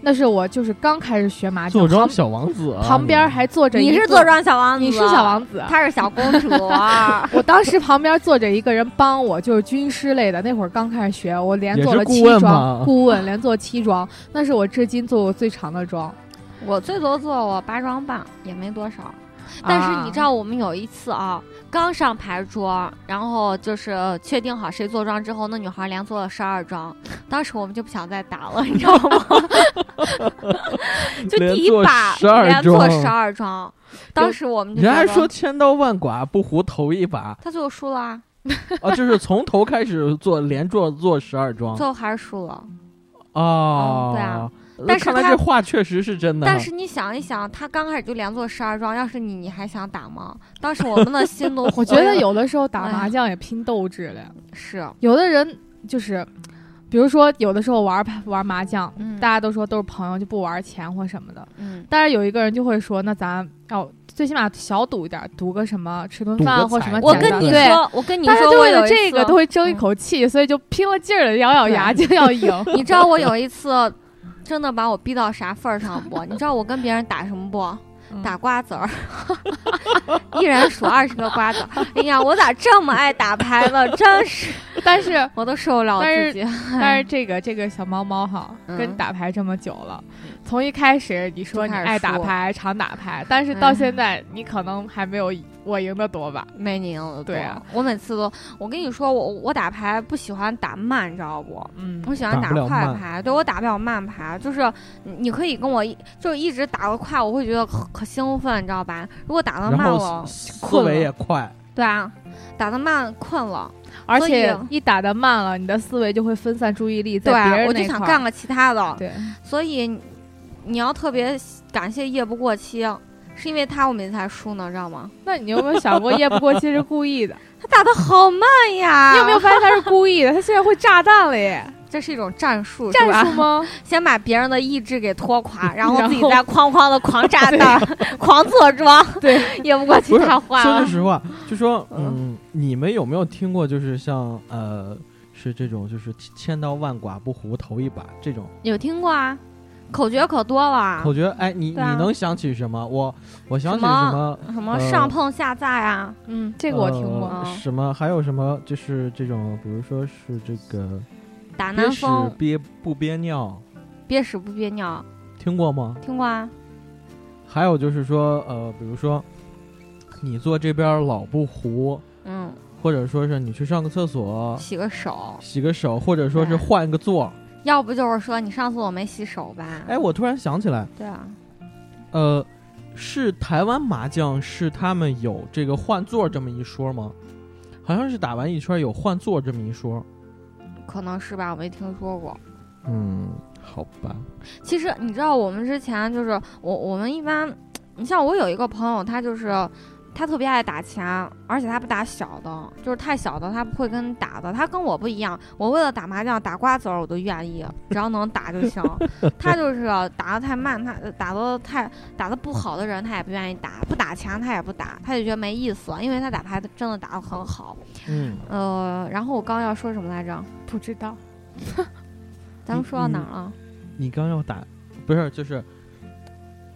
[SPEAKER 2] 那是我就是刚开始学麻
[SPEAKER 5] 坐
[SPEAKER 2] 将，
[SPEAKER 5] 庄
[SPEAKER 2] 旁
[SPEAKER 5] 小王子啊，
[SPEAKER 2] 旁边还坐着
[SPEAKER 6] 你
[SPEAKER 2] 一
[SPEAKER 6] 是
[SPEAKER 2] 个
[SPEAKER 6] 坐，庄小王子，啊
[SPEAKER 2] 你是小，王子。
[SPEAKER 6] 她是小公主 啊。
[SPEAKER 2] 我当时旁边坐着一个人帮我，就是军师类的。那会儿刚开始学，我连
[SPEAKER 5] 也
[SPEAKER 2] 做
[SPEAKER 5] 是
[SPEAKER 2] 了
[SPEAKER 5] 顾
[SPEAKER 2] 七
[SPEAKER 5] 问
[SPEAKER 2] 庄
[SPEAKER 5] 吗
[SPEAKER 2] 顾问，连做七庄，那是我至今做过最长的庄。
[SPEAKER 6] 哎我最多做我八庄半，也没多少。但是
[SPEAKER 2] 啊
[SPEAKER 6] 你知道，我们有一次啊，刚上牌桌，然后就是确定好谁坐庄之后，那女孩连做了十二庄，当时我们就不想再打了，你知道吗？ 就第一把
[SPEAKER 5] 十二
[SPEAKER 6] 连做十
[SPEAKER 5] 庄，
[SPEAKER 6] 二庄，当时我们就
[SPEAKER 5] 人家还
[SPEAKER 6] 觉得
[SPEAKER 5] 说千刀万剐不胡头一把
[SPEAKER 6] 他最后输了啊，
[SPEAKER 5] 啊，就是从头开始做，连坐做十二庄
[SPEAKER 6] 最后还是输了。
[SPEAKER 5] 哦
[SPEAKER 6] 嗯，对啊
[SPEAKER 5] 呃，
[SPEAKER 6] 但是
[SPEAKER 5] 看来
[SPEAKER 6] 他
[SPEAKER 5] 这话确实是真的啊。
[SPEAKER 6] 但是你想一想，他刚开始就连做十二庄，要是你，你还想打吗？当时我们的心都
[SPEAKER 2] 我
[SPEAKER 6] 我
[SPEAKER 2] 觉得有的时候打
[SPEAKER 6] 哎呀
[SPEAKER 2] 麻将也拼斗志了。
[SPEAKER 6] 是，
[SPEAKER 2] 有的人就是，比如说有的时候玩牌玩麻将，
[SPEAKER 6] 嗯，
[SPEAKER 2] 大家都说都是朋友，就不玩钱或什么的。
[SPEAKER 6] 嗯
[SPEAKER 2] 但是有一个人就会说，那咱要最起码小赌一点，赌个什么，吃顿
[SPEAKER 5] 赌个
[SPEAKER 2] 饭或什
[SPEAKER 5] 彩
[SPEAKER 2] 么
[SPEAKER 5] 头
[SPEAKER 6] 我
[SPEAKER 2] 简
[SPEAKER 6] 跟
[SPEAKER 2] 单的。
[SPEAKER 6] 你
[SPEAKER 2] 对，
[SPEAKER 6] 说，我跟你
[SPEAKER 2] 大家
[SPEAKER 6] 说，
[SPEAKER 2] 就
[SPEAKER 6] 我
[SPEAKER 2] 为
[SPEAKER 6] 有
[SPEAKER 2] 了
[SPEAKER 6] 一
[SPEAKER 2] 这
[SPEAKER 6] 次
[SPEAKER 2] 个都会争一口气，所以就拼了劲儿的咬咬牙
[SPEAKER 6] 嗯
[SPEAKER 2] 就要赢。
[SPEAKER 6] 你知道我有一次真的把我逼到啥份儿上不？你知道我跟别人打什么不？
[SPEAKER 2] 嗯
[SPEAKER 6] 打瓜子儿， 一人数二十个瓜子儿。哎呀，我咋这么爱打牌 呢？真是，
[SPEAKER 2] 但是
[SPEAKER 6] 我都受不了我自己。
[SPEAKER 2] 但是这个这个小猫猫哈，
[SPEAKER 6] 嗯
[SPEAKER 2] 跟你打牌这么久了，从一开始你说
[SPEAKER 6] 就
[SPEAKER 2] 你
[SPEAKER 6] 开始
[SPEAKER 2] 爱打
[SPEAKER 6] 输
[SPEAKER 2] 牌、常打牌，但是
[SPEAKER 6] 哎
[SPEAKER 2] 到现在你可能还没有我赢的多吧？
[SPEAKER 6] 没你赢的多
[SPEAKER 2] 对啊，
[SPEAKER 6] 我每次都，我跟你说，我我打牌不喜欢打慢，你知道不？
[SPEAKER 2] 嗯
[SPEAKER 6] 我喜欢
[SPEAKER 5] 打
[SPEAKER 6] 打
[SPEAKER 5] 不了
[SPEAKER 6] 快
[SPEAKER 5] 慢
[SPEAKER 6] 牌，对我打不了慢牌，就是你你可以跟我一就一直打个快，我会觉得可可兴奋，你知道吧？如果打到
[SPEAKER 5] 然
[SPEAKER 6] 慢
[SPEAKER 5] 后
[SPEAKER 6] 了，
[SPEAKER 5] 思思
[SPEAKER 6] 困了
[SPEAKER 5] 维也快，
[SPEAKER 6] 对啊，打得慢困了，
[SPEAKER 2] 而
[SPEAKER 6] 所
[SPEAKER 2] 且
[SPEAKER 6] 以
[SPEAKER 2] 一打的慢了，你的思维就会分散注意力在
[SPEAKER 6] 对啊
[SPEAKER 2] 别，人
[SPEAKER 6] 我就
[SPEAKER 2] 那
[SPEAKER 6] 想
[SPEAKER 2] 块
[SPEAKER 6] 干
[SPEAKER 2] 儿。
[SPEAKER 6] 个其他的。
[SPEAKER 2] 对，
[SPEAKER 6] 所以你你要特别感谢夜不过期，是因为他我们才输呢，知道吗？
[SPEAKER 2] 那你有没有想过夜不过期是故意的？
[SPEAKER 6] 他打得好慢呀！
[SPEAKER 2] 你有没有？发现他是故意的？他现在会炸弹了耶！
[SPEAKER 6] 这是一种 战术，是吧
[SPEAKER 2] 战术？吗？
[SPEAKER 6] 先把别人的意志给拖垮，然后
[SPEAKER 2] 然
[SPEAKER 6] 自己
[SPEAKER 2] 后
[SPEAKER 6] 再哐哐的狂炸弹、狂坐庄。
[SPEAKER 2] 对，
[SPEAKER 6] 夜不过期
[SPEAKER 5] 不是
[SPEAKER 6] 太坏
[SPEAKER 5] 说
[SPEAKER 6] 了
[SPEAKER 5] 句。实话，就说
[SPEAKER 6] 嗯
[SPEAKER 5] 嗯，你们有没有听过，就是像呃，是这种就是千刀万剐不糊头一把这种
[SPEAKER 6] 有听过啊？口诀可多了，
[SPEAKER 5] 口诀？哎，你你
[SPEAKER 6] 对啊
[SPEAKER 5] 能想起什么？我我想起
[SPEAKER 6] 什么
[SPEAKER 5] 什么？
[SPEAKER 6] 什么
[SPEAKER 5] 呃
[SPEAKER 6] 上碰下炸呀、
[SPEAKER 2] 嗯，这个我听过。
[SPEAKER 5] 呃
[SPEAKER 6] 嗯
[SPEAKER 5] 什么？还有什么？就是这种，比如说是这个
[SPEAKER 6] 打
[SPEAKER 5] 憋
[SPEAKER 6] 南
[SPEAKER 5] 屎
[SPEAKER 6] 风，
[SPEAKER 5] 憋不憋尿，
[SPEAKER 6] 憋屎不憋尿，
[SPEAKER 5] 听过吗？
[SPEAKER 6] 听过啊？
[SPEAKER 5] 还有就是说，呃，比如说你坐这边儿老不糊，
[SPEAKER 6] 嗯，
[SPEAKER 5] 或者说是你去上个厕所。
[SPEAKER 6] 洗个手，
[SPEAKER 5] 洗个手，或者说是
[SPEAKER 6] 对
[SPEAKER 5] 换个座儿。
[SPEAKER 6] 要不就是说你上次我没洗手吧？
[SPEAKER 5] 哎，我突然想起来，
[SPEAKER 6] 对啊，
[SPEAKER 5] 呃，是台湾麻将是他们有这个换座这么一说吗？好像是打完一圈有换座这么一说。
[SPEAKER 6] 可能是吧，我没听说过。
[SPEAKER 5] 嗯，好吧，
[SPEAKER 6] 其实你知道，我们之前就是我我们一般，你像我有一个朋友，他就是他特别爱打钱，而且他不打小的，就是太小的他不会跟打的。他跟我不一样，我为了打麻将打瓜子儿我都愿意，只要能打就行。他就是打的太慢，他打的太打的不好的人他也不愿意打，不打钱他也不打，他就觉得没意思，因为他打牌真的打得很好。
[SPEAKER 5] 嗯，
[SPEAKER 6] 呃，然后我刚要说什么来着？
[SPEAKER 2] 不知道，
[SPEAKER 6] 咱们说到哪儿了？
[SPEAKER 5] 你刚要打，不是就是，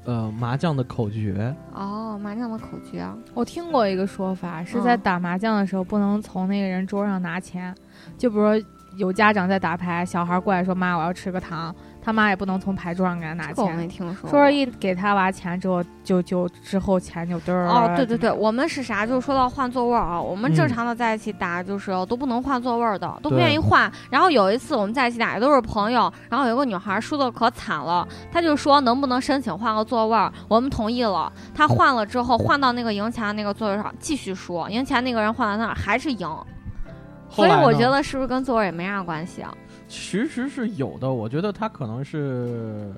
[SPEAKER 5] 呃，麻将的口诀，
[SPEAKER 6] 哦，麻将的口诀。
[SPEAKER 2] 我听过一个说法，是在
[SPEAKER 6] 嗯
[SPEAKER 2] 打麻将的时候不能从那个人桌上拿钱，就比如说有家长在打牌，小孩过来说妈我要吃个糖，他妈也不能从牌桌上给他拿
[SPEAKER 6] 这个我没
[SPEAKER 2] 钱，
[SPEAKER 6] 听说过。
[SPEAKER 2] 说是一给他娃钱之后，就就之后钱就嘚儿
[SPEAKER 6] 哦，对对对，我们是啥？就是说到换座位儿啊，我们正
[SPEAKER 5] 嗯
[SPEAKER 6] 常的在一起打，就是都不能换座位儿的，都不
[SPEAKER 5] 对
[SPEAKER 6] 愿意换。然后有一次我们在一起打，也都是朋友，然后有个女孩输的可惨了，她就说能不能申请换个座位儿，我们同意了。她换了之后，换到那个赢钱的那个座位上继续输，赢钱那个人换到那儿还是赢，
[SPEAKER 5] 后
[SPEAKER 6] 所以
[SPEAKER 5] 来
[SPEAKER 6] 我
[SPEAKER 5] 呢
[SPEAKER 6] 觉得是不是跟座位儿也没啥关系啊？
[SPEAKER 5] 其实是有的，我觉得他可能是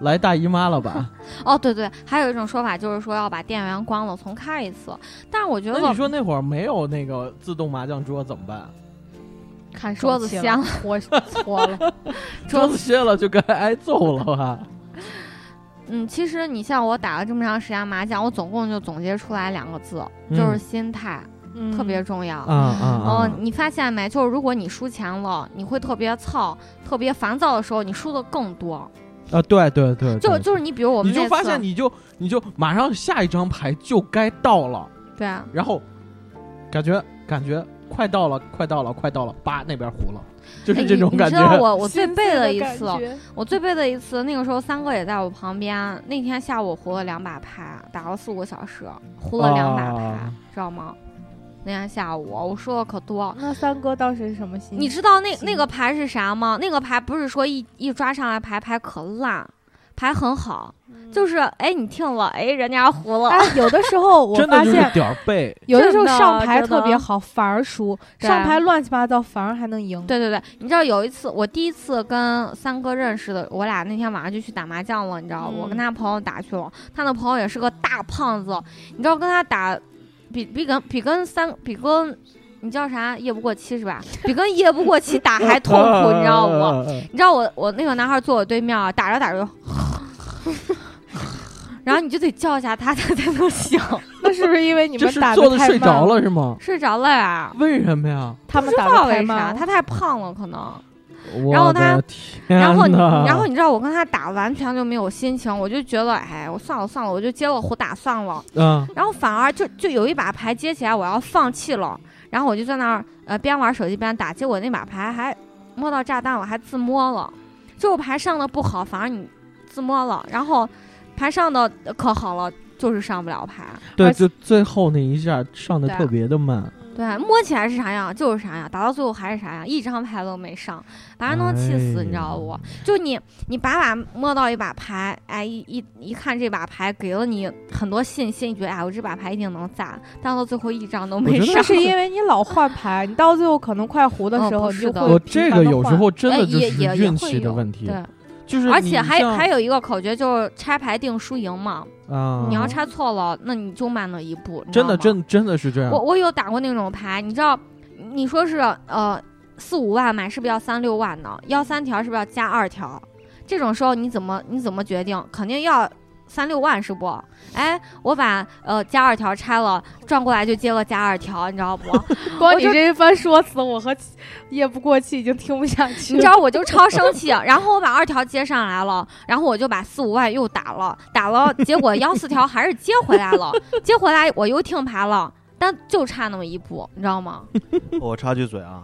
[SPEAKER 5] 来大姨妈了 吧？
[SPEAKER 6] 哦，对对，还有一种说法就是说要把电源关了重开一次，但是我觉得
[SPEAKER 5] 那你说那会儿没有那个自动麻将桌怎么办？
[SPEAKER 2] 看手
[SPEAKER 6] 桌子
[SPEAKER 2] 气了
[SPEAKER 6] 掀了
[SPEAKER 2] 搓 搓了，
[SPEAKER 5] 桌子卸了就该挨揍了吧？
[SPEAKER 6] 嗯，其实你像我打了这么长时间麻将，我总共就总结出来两个字，就是心态，
[SPEAKER 2] 嗯
[SPEAKER 6] 特别重要。
[SPEAKER 5] 嗯啊啊
[SPEAKER 6] 哦
[SPEAKER 5] 啊，！
[SPEAKER 6] 你发现没？就是如果你输钱了，你会特别操、特别烦躁的时候，你输的更多。
[SPEAKER 5] 啊！对对对，
[SPEAKER 6] 就
[SPEAKER 5] 对
[SPEAKER 6] 就是你，比如我们
[SPEAKER 5] 你就
[SPEAKER 6] 那
[SPEAKER 5] 发
[SPEAKER 6] 次
[SPEAKER 5] 现你就你就马上下一张牌就该到了，
[SPEAKER 6] 对啊，
[SPEAKER 5] 然后感觉感觉快到了，快到了，快到了，叭那边糊了，就是
[SPEAKER 6] 哎
[SPEAKER 5] 这
[SPEAKER 6] 你
[SPEAKER 5] 种感
[SPEAKER 6] 你知道
[SPEAKER 5] 觉。
[SPEAKER 6] 我我最
[SPEAKER 2] 心
[SPEAKER 6] 背
[SPEAKER 2] 碎
[SPEAKER 6] 的
[SPEAKER 2] 的
[SPEAKER 6] 一
[SPEAKER 2] 感
[SPEAKER 6] 次，哦
[SPEAKER 2] 觉
[SPEAKER 6] 我最背的一次，那个时候三哥也在我旁边。那天下午胡了两把牌，打了四五个小时，胡了两把牌，
[SPEAKER 5] 啊
[SPEAKER 6] 知道吗？那天下午我输的可多，
[SPEAKER 2] 那三哥当时是什么心？
[SPEAKER 6] 你知道那
[SPEAKER 2] 嗯行
[SPEAKER 6] 那个牌是啥吗？那个牌不是说一一抓上来牌牌可烂，牌很好，就是哎你听了哎人家胡了，
[SPEAKER 2] 嗯哎，有的时候我
[SPEAKER 5] 真的
[SPEAKER 2] 发
[SPEAKER 5] 就是
[SPEAKER 2] 现，
[SPEAKER 5] 点儿背，
[SPEAKER 2] 有的时候
[SPEAKER 6] 真的
[SPEAKER 2] 上牌
[SPEAKER 6] 真的
[SPEAKER 2] 特别好，反而输；
[SPEAKER 6] 对
[SPEAKER 2] 上牌乱七八糟，反而还能赢。
[SPEAKER 6] 对对对，你知道有一次我第一次跟三哥认识的，我俩那天晚上就去打麻将了，你知道，
[SPEAKER 2] 嗯
[SPEAKER 6] 我跟他朋友打去了，他那朋友也是个大胖子，你知道跟他打，比比跟比跟三比跟。你叫啥？夜不过七是吧？比跟夜不过七打还痛苦，你知道吗？
[SPEAKER 5] 嗯
[SPEAKER 6] 你知道我我那个男孩坐我对面啊，打着打着就 然后你就得叫一下他，他才能醒。
[SPEAKER 2] 那是不是因为你
[SPEAKER 5] 就
[SPEAKER 2] 们
[SPEAKER 5] 是
[SPEAKER 2] 打
[SPEAKER 5] 坐
[SPEAKER 2] 的
[SPEAKER 5] 的
[SPEAKER 2] 太
[SPEAKER 5] 睡着
[SPEAKER 2] 慢？
[SPEAKER 5] 了是吗？
[SPEAKER 6] 睡着了呀？
[SPEAKER 5] 为什么啊呀？
[SPEAKER 2] 他
[SPEAKER 6] 不
[SPEAKER 2] 们
[SPEAKER 6] 知
[SPEAKER 2] 打
[SPEAKER 6] 道
[SPEAKER 2] 的太
[SPEAKER 6] 为
[SPEAKER 2] 慢
[SPEAKER 6] 啥，
[SPEAKER 2] 了。
[SPEAKER 6] 他太胖了，可能。
[SPEAKER 5] 我
[SPEAKER 6] 后他
[SPEAKER 5] 的天
[SPEAKER 6] 然后你，
[SPEAKER 5] 呐
[SPEAKER 6] 然后你知道我跟他打完全就没有心情，我就觉得，哎，我算了算了，我就接了胡打算了。
[SPEAKER 5] 嗯，
[SPEAKER 6] 然后反而就就有一把牌接起来，我要放弃了。然后我就在那儿呃边玩手机边打，结果那把牌还摸到炸弹，我还自摸了。就我牌上的不好，反而你自摸了，然后牌上的呃可好了，就是上不了牌。
[SPEAKER 5] 对，
[SPEAKER 2] 而且
[SPEAKER 5] 就最后那一下上的
[SPEAKER 6] 对啊
[SPEAKER 5] 特别的慢，
[SPEAKER 6] 对，摸起来是啥样就是啥样，打到最后还是啥样，一张牌都没上，把人能气死，
[SPEAKER 5] 哎
[SPEAKER 6] 你知道不？就你你把把摸到一把牌，哎，一一一看这把牌给了你很多信心，你觉得哎我这把牌一定能砸，但到最后一张都没
[SPEAKER 5] 我觉
[SPEAKER 6] 上
[SPEAKER 5] 得。
[SPEAKER 2] 是因为你老换牌，你到最后可能快糊的时
[SPEAKER 6] 哦
[SPEAKER 2] 候，
[SPEAKER 6] 不
[SPEAKER 2] 你
[SPEAKER 6] 是
[SPEAKER 2] 就
[SPEAKER 6] 的
[SPEAKER 2] 会
[SPEAKER 5] 我
[SPEAKER 2] 频
[SPEAKER 5] 这
[SPEAKER 2] 繁
[SPEAKER 5] 个
[SPEAKER 2] 地
[SPEAKER 5] 有时
[SPEAKER 2] 换
[SPEAKER 5] 候真
[SPEAKER 6] 哎
[SPEAKER 5] 的就
[SPEAKER 6] 也
[SPEAKER 5] 是
[SPEAKER 6] 也也
[SPEAKER 5] 运
[SPEAKER 6] 会
[SPEAKER 5] 气的
[SPEAKER 6] 有
[SPEAKER 5] 问题，
[SPEAKER 6] 对，
[SPEAKER 5] 就是
[SPEAKER 6] 而且还还
[SPEAKER 5] 有
[SPEAKER 6] 有一个口诀就是拆牌定输赢嘛，
[SPEAKER 5] 啊，
[SPEAKER 6] 你要拆错了，那你就慢了一步。你知
[SPEAKER 5] 真
[SPEAKER 6] 道
[SPEAKER 5] 的
[SPEAKER 6] 吗
[SPEAKER 5] 真真的是这样
[SPEAKER 6] 我，我有打过那种牌，你知道，你说是呃四五万买，是不是要三六万呢？要三条是不是要加二条？这种时候你怎么你怎么决定？肯定要三六万是不？哎，我把呃加二条拆了，转过来就接个加二条，你知道不？
[SPEAKER 2] 光
[SPEAKER 6] 我
[SPEAKER 2] 你
[SPEAKER 6] 就
[SPEAKER 2] 这一番说辞，我和夜不过气已经听不下去
[SPEAKER 6] 你知
[SPEAKER 2] 了。
[SPEAKER 6] 道我就超生气，然后我把二条接上来了，然后我就把四五万又打了，打了，结果幺四条还是接回来了，接回来我又听牌了，但就差那么一步，你知道吗？
[SPEAKER 4] 我插句嘴啊，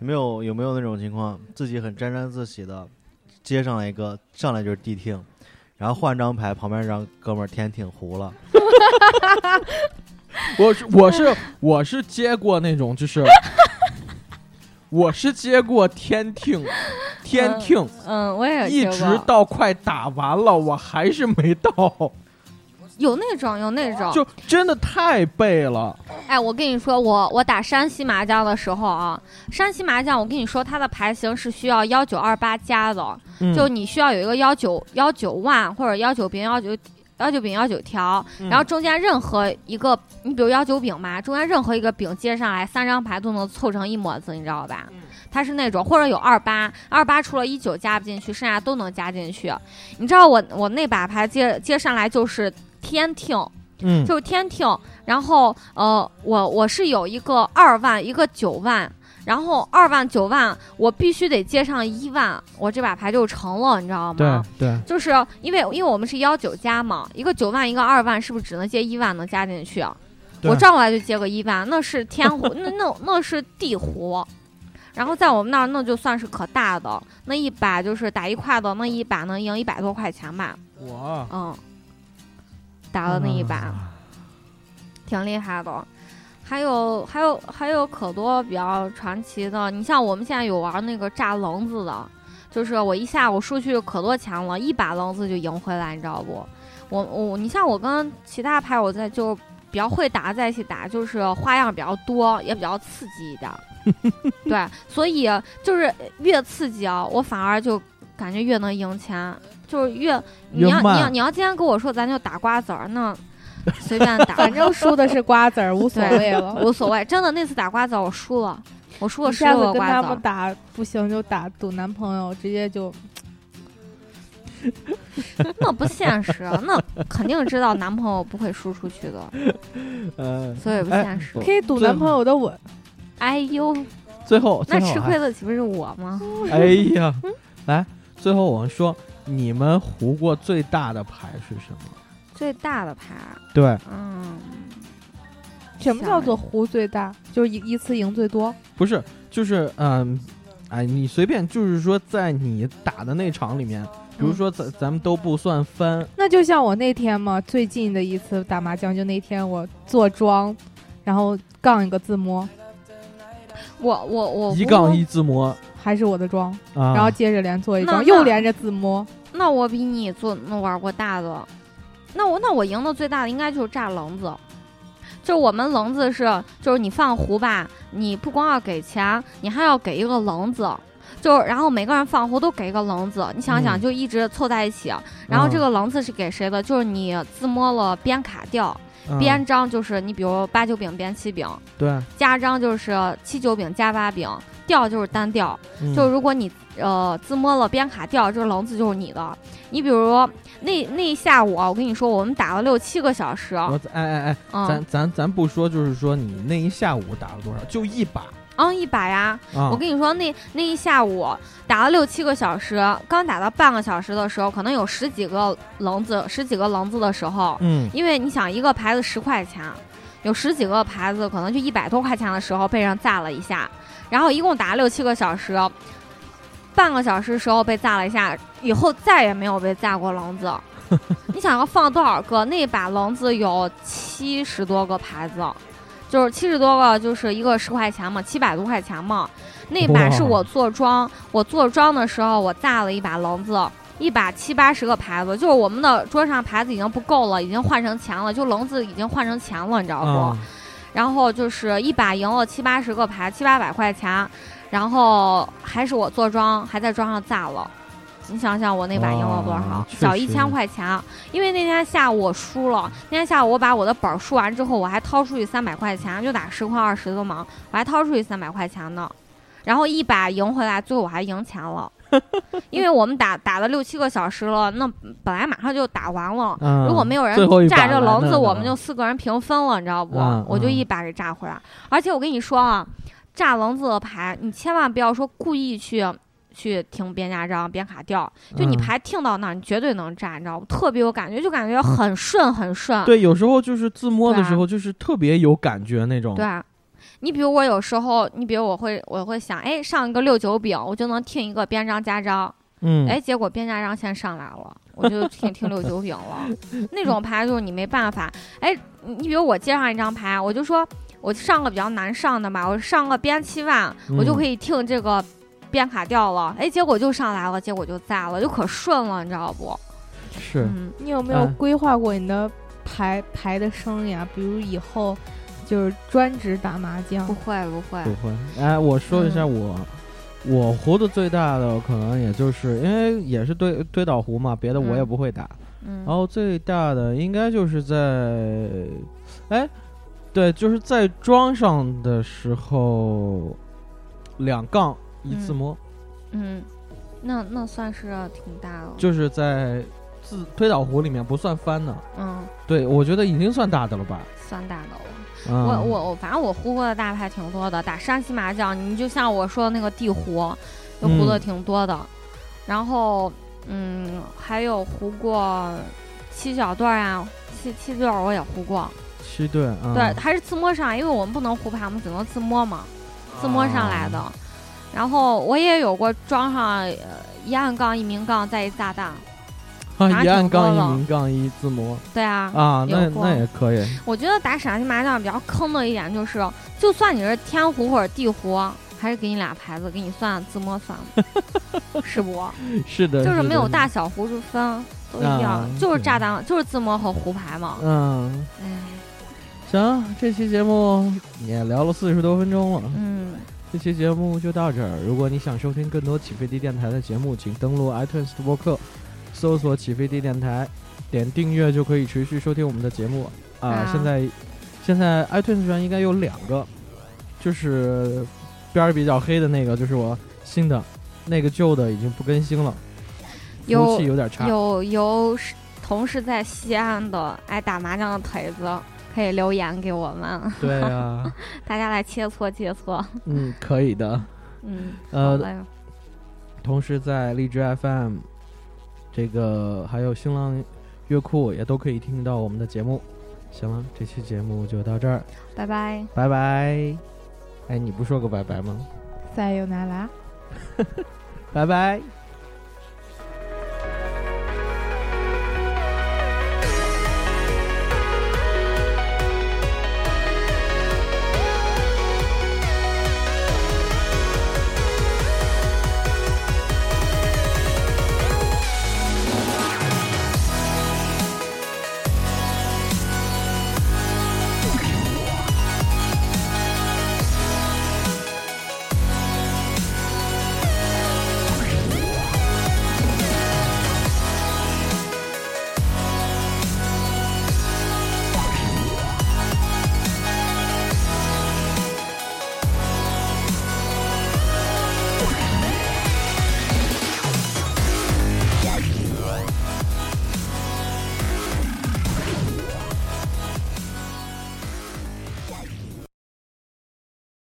[SPEAKER 4] 有没有有没有那种情况，自己很沾沾自喜的，接上来一个，上来就是地听，然后换张牌，旁边让哥们儿天挺糊了，
[SPEAKER 5] 我是我是我是接过那种 就是，我是接过天听天听，
[SPEAKER 6] 嗯嗯，我也
[SPEAKER 5] 一
[SPEAKER 6] 接
[SPEAKER 5] 直
[SPEAKER 6] 过哦
[SPEAKER 5] 到快打完了，我还是没到，
[SPEAKER 6] 有那种有那种，
[SPEAKER 5] 就真的太背了。
[SPEAKER 6] 哎，我跟你说，我我打山西麻将的时候啊，山西麻将我跟你说，它的牌型是需要幺九二八加的，
[SPEAKER 5] 嗯
[SPEAKER 6] 就你需要有一个幺九幺九万或者幺九饼幺九幺九饼幺九条，
[SPEAKER 5] 嗯
[SPEAKER 6] 然后中间任何一个，你比如幺九饼嘛，中间任何一个饼接上来，三张牌都能凑成一模子，你知道吧？
[SPEAKER 5] 嗯
[SPEAKER 6] 它是那种，或者有二八，二八除了一九加不进去，剩下都能加进去。你知道我我那把牌接接上来就是天听，
[SPEAKER 5] 嗯，
[SPEAKER 6] 就是天听，然后呃，我我是有一个二万，一个九万，然后二万九万，我必须得接上一万，我这把牌就成了，你知道吗？
[SPEAKER 5] 对对，
[SPEAKER 6] 就是因为因为我们是幺九加嘛，一个九万一个二万，是不是只能接一万能加进去啊？
[SPEAKER 5] 对
[SPEAKER 6] 我转过来就接个一万，那是天胡， 那那那是地胡，然后在我们那儿那就算是可大的，那一把就是打一块的，那一把能赢一百多块钱吧，
[SPEAKER 5] 我
[SPEAKER 6] 嗯，打了那一把，挺厉害的。还有还有还有可多比较传奇的，你像我们现在有玩那个炸笼子的，就是我一下午输去可多钱了，一把笼子就赢回来，你知道不？我我你像我跟其他牌友在就比较会打，在一起打就是花样比较多，也比较刺激一点 儿。对，所以就是越刺激啊，我反而就感觉越能赢钱，就是越你
[SPEAKER 5] 越
[SPEAKER 6] 要你
[SPEAKER 5] 慢
[SPEAKER 6] 要你要今天跟我说咱就打瓜子儿，那随便 打，
[SPEAKER 2] 反正输的是瓜子儿，无所谓 了。
[SPEAKER 6] 无所谓，真的那次打瓜子儿我输了，我输了
[SPEAKER 2] 我
[SPEAKER 6] 十
[SPEAKER 2] 下
[SPEAKER 6] 六
[SPEAKER 2] 次
[SPEAKER 6] 个
[SPEAKER 2] 跟
[SPEAKER 6] 瓜
[SPEAKER 2] 他
[SPEAKER 6] 子
[SPEAKER 2] 们
[SPEAKER 6] 儿。
[SPEAKER 2] 打不行就打赌男朋友，直接就
[SPEAKER 6] 那不现实，啊那肯定知道男朋友不会输出 去的，
[SPEAKER 5] 呃，
[SPEAKER 6] 所以不
[SPEAKER 5] 哎
[SPEAKER 6] 现实。
[SPEAKER 2] 可以赌
[SPEAKER 5] 这
[SPEAKER 2] 男朋友的吻。
[SPEAKER 6] 哎呦，
[SPEAKER 5] 最后
[SPEAKER 6] 那
[SPEAKER 5] 最后
[SPEAKER 6] 吃
[SPEAKER 5] 啊
[SPEAKER 6] 亏嗯的岂不是我吗？
[SPEAKER 5] 哎呀，来，最后我们说，你们胡过最大的牌是什么？
[SPEAKER 6] 最大的牌，
[SPEAKER 5] 对，
[SPEAKER 6] 嗯，
[SPEAKER 2] 什么叫做胡最大？就是一一次赢最多。
[SPEAKER 5] 不是，就是嗯，哎，你随便，就是说，在你打的那场里面，比
[SPEAKER 6] 嗯
[SPEAKER 5] 如说咱咱们都不算翻，
[SPEAKER 2] 那就像我那天嘛，最近的一次打麻将，就那天我坐庄，然后杠一个自摸，
[SPEAKER 6] 我我我
[SPEAKER 5] 一
[SPEAKER 6] 不
[SPEAKER 5] 杠
[SPEAKER 6] 会
[SPEAKER 5] 一啊自摸
[SPEAKER 2] 还是我的庄，
[SPEAKER 5] 啊，
[SPEAKER 2] 然后接着连做一
[SPEAKER 6] 那
[SPEAKER 2] 庄，又
[SPEAKER 6] 那
[SPEAKER 2] 连着自摸。
[SPEAKER 6] 那我比你做那玩过大的，那我那我赢的最大的应该就是炸笼子，就是我们笼子是就是你放壶吧，你不光要给钱，你还要给一个笼子，就是然后每个人放壶都给一个笼子，你想想
[SPEAKER 5] 嗯
[SPEAKER 6] 就一直凑在一起，然后这个笼子是给谁的？就是你自摸了边卡掉
[SPEAKER 5] 嗯
[SPEAKER 6] 边张，就是你比如八九饼边七饼，
[SPEAKER 5] 对，
[SPEAKER 6] 加张就是七九饼加八饼，掉就是单掉。
[SPEAKER 5] 嗯
[SPEAKER 6] 就如果你呃自摸了边卡掉，这笼子就是你的。你比如那那一下午啊，我跟你说，我们打了六七个小时，
[SPEAKER 5] 我哎哎哎，
[SPEAKER 6] 嗯
[SPEAKER 5] 咱咱咱不说，就是说你那一下午打了多少，就一把
[SPEAKER 6] 嗯一把呀。
[SPEAKER 5] 啊，
[SPEAKER 6] 我跟你说，那那一下午打了六七个小时，刚打到半个小时的时候，可能有十几个笼子，十几个笼子的时候，
[SPEAKER 5] 嗯
[SPEAKER 6] 因为你想一个牌子十块钱，有十几个牌子可能就一百多块钱的时候被人炸了一下，然后一共打了六七个小时，半个小时时候被炸了一下，以后再也没有被炸过笼 子。你想要放多少个？那把笼子有七十多个牌子，就是七十多个，就是一个十块钱嘛，七百多块钱嘛。那把是
[SPEAKER 5] 哇
[SPEAKER 6] 我做庄，我做庄的时候我炸了一把笼子，一把七八十个牌子，就是我们的桌上牌子已经不够了，已经换成钱了，就笼子已经换成钱了，你知道不？
[SPEAKER 5] 啊，
[SPEAKER 6] 然后就是一把赢了七八十个牌，七八百块钱，然后还是我坐庄，还在庄上炸了。你想想我那把赢了多
[SPEAKER 5] 哇
[SPEAKER 6] 少？
[SPEAKER 5] 确
[SPEAKER 6] 小一
[SPEAKER 5] 实
[SPEAKER 6] 千块钱，因为那天下午我输了。那天下午我把我的本儿输完之后，我还掏出去三百块钱，就打十块二十的嘛，我还掏出去三百块钱呢。然后一把赢回来，最后我还赢钱了， 因为我们打打了六七个小时了，那本来马上就打完了，
[SPEAKER 5] 嗯
[SPEAKER 6] 如果没有人
[SPEAKER 5] 最后一把
[SPEAKER 6] 炸这
[SPEAKER 5] 来
[SPEAKER 6] 笼
[SPEAKER 5] 那
[SPEAKER 6] 子，
[SPEAKER 5] 个
[SPEAKER 6] 我们就四个人平分了，你知道不？
[SPEAKER 5] 嗯
[SPEAKER 6] 我就
[SPEAKER 5] 嗯
[SPEAKER 6] 一把给炸回来。而且我跟你说啊，炸笼子的牌，你千万不要说故意去去停边家张、边卡掉，就你
[SPEAKER 5] 嗯
[SPEAKER 6] 牌停到那儿，你绝对能炸，你知道不？特别有感觉，就感觉很顺很顺。
[SPEAKER 5] 对，有时候就是自摸的
[SPEAKER 6] 对啊
[SPEAKER 5] 时候，就是特别有感觉那种，
[SPEAKER 6] 对啊你比如我有时候，你比如我会我会想，哎，上一个六九饼，我就能听一个边张加张，
[SPEAKER 5] 嗯，
[SPEAKER 6] 哎，结果边家让先上来了，我就听听六九饼了。 那种牌就是你没办法，哎，你你比如我接上一张牌，我就说我上个比较难上的嘛，我上个边七万，我就
[SPEAKER 5] 嗯
[SPEAKER 6] 可以听这个边卡掉了，哎，结果就上来了，结果就在了，就可顺了，你知道不？
[SPEAKER 5] 是
[SPEAKER 6] 嗯，
[SPEAKER 2] 你有没有
[SPEAKER 5] 嗯
[SPEAKER 2] 规划过你的牌牌的生涯，比如以后就是专职打麻将
[SPEAKER 6] 不，会不会
[SPEAKER 5] 不，会。哎，我说一下
[SPEAKER 6] 嗯
[SPEAKER 5] 我，我胡的最大的可能也就是因为也是堆堆倒胡嘛，别的我也
[SPEAKER 6] 嗯
[SPEAKER 5] 不会打。
[SPEAKER 6] 嗯
[SPEAKER 5] 然，后最大的应该就是在，哎，对，就是在庄上的时候，两杠一次摸，
[SPEAKER 6] 嗯，那那算是挺大了，
[SPEAKER 5] 就是在自推倒壶里面不算翻的。
[SPEAKER 6] 嗯，
[SPEAKER 5] 对，我觉得已经算大的了吧。
[SPEAKER 6] 算大的了。
[SPEAKER 5] 嗯、
[SPEAKER 6] 我我我，反正我胡过的大牌挺多的，打山西麻将，你就像我说的那个地胡，就胡的
[SPEAKER 5] 嗯
[SPEAKER 6] 挺多的。然后，嗯，还有胡过七小对儿啊，七七对儿我也胡过，
[SPEAKER 5] 七对，嗯、
[SPEAKER 6] 对，还是自摸上，因为我们不能胡牌，我们只能自摸嘛，自摸上来
[SPEAKER 5] 啊
[SPEAKER 6] 的。然后我也有过装上呃一暗杠一明杠再一炸弹，
[SPEAKER 5] 啊，一
[SPEAKER 6] 拿
[SPEAKER 5] 按
[SPEAKER 6] 挺多
[SPEAKER 5] 杠一
[SPEAKER 6] 了
[SPEAKER 5] 明杠一自摸
[SPEAKER 6] 对啊，
[SPEAKER 5] 啊，
[SPEAKER 6] 有
[SPEAKER 5] 那
[SPEAKER 6] 过
[SPEAKER 5] 那也可 以。
[SPEAKER 6] 我觉得打陕西麻将比较坑的一点就是，就算你是天胡或者地胡，还是给你俩牌子，给你算自摸 算，是不？
[SPEAKER 5] 是的，
[SPEAKER 6] 就是是没有
[SPEAKER 5] 的
[SPEAKER 6] 大。小胡之分，都一样，
[SPEAKER 5] 啊
[SPEAKER 6] 就是
[SPEAKER 5] 对
[SPEAKER 6] 炸弹，就是自摸和胡牌嘛。
[SPEAKER 5] 嗯，
[SPEAKER 6] 哎，
[SPEAKER 5] 行，这期节目也聊了四十多分钟了。
[SPEAKER 6] 嗯，
[SPEAKER 5] 这期节目就到这儿。如果你想收听更多起飞地电台的节目，请登录 iTunes 播客，搜索起飞地电台，点订阅就可以持续收听我们的节目。啊，
[SPEAKER 6] 啊
[SPEAKER 5] 现在现在 iTunes 上应该有两个，就是边儿比较黑的那个，就是我新的，那个旧的已经不更新了，服务
[SPEAKER 6] 有
[SPEAKER 5] 器有点差。
[SPEAKER 6] 有有是同事在西安的爱打麻将的腿子，可以留言给我们，
[SPEAKER 5] 对啊，
[SPEAKER 6] 大家来切磋切磋。
[SPEAKER 5] 嗯，可以的。
[SPEAKER 6] 嗯，
[SPEAKER 5] 呃
[SPEAKER 6] 好嘞
[SPEAKER 5] 同时在荔枝 FM，这个还有新浪乐库也都可以听到我们的节目。行了，这期节目就到这儿，
[SPEAKER 6] 拜拜。
[SPEAKER 5] 拜拜。哎，你不说个拜拜吗？
[SPEAKER 2] 再有拿拉。
[SPEAKER 5] 拜拜。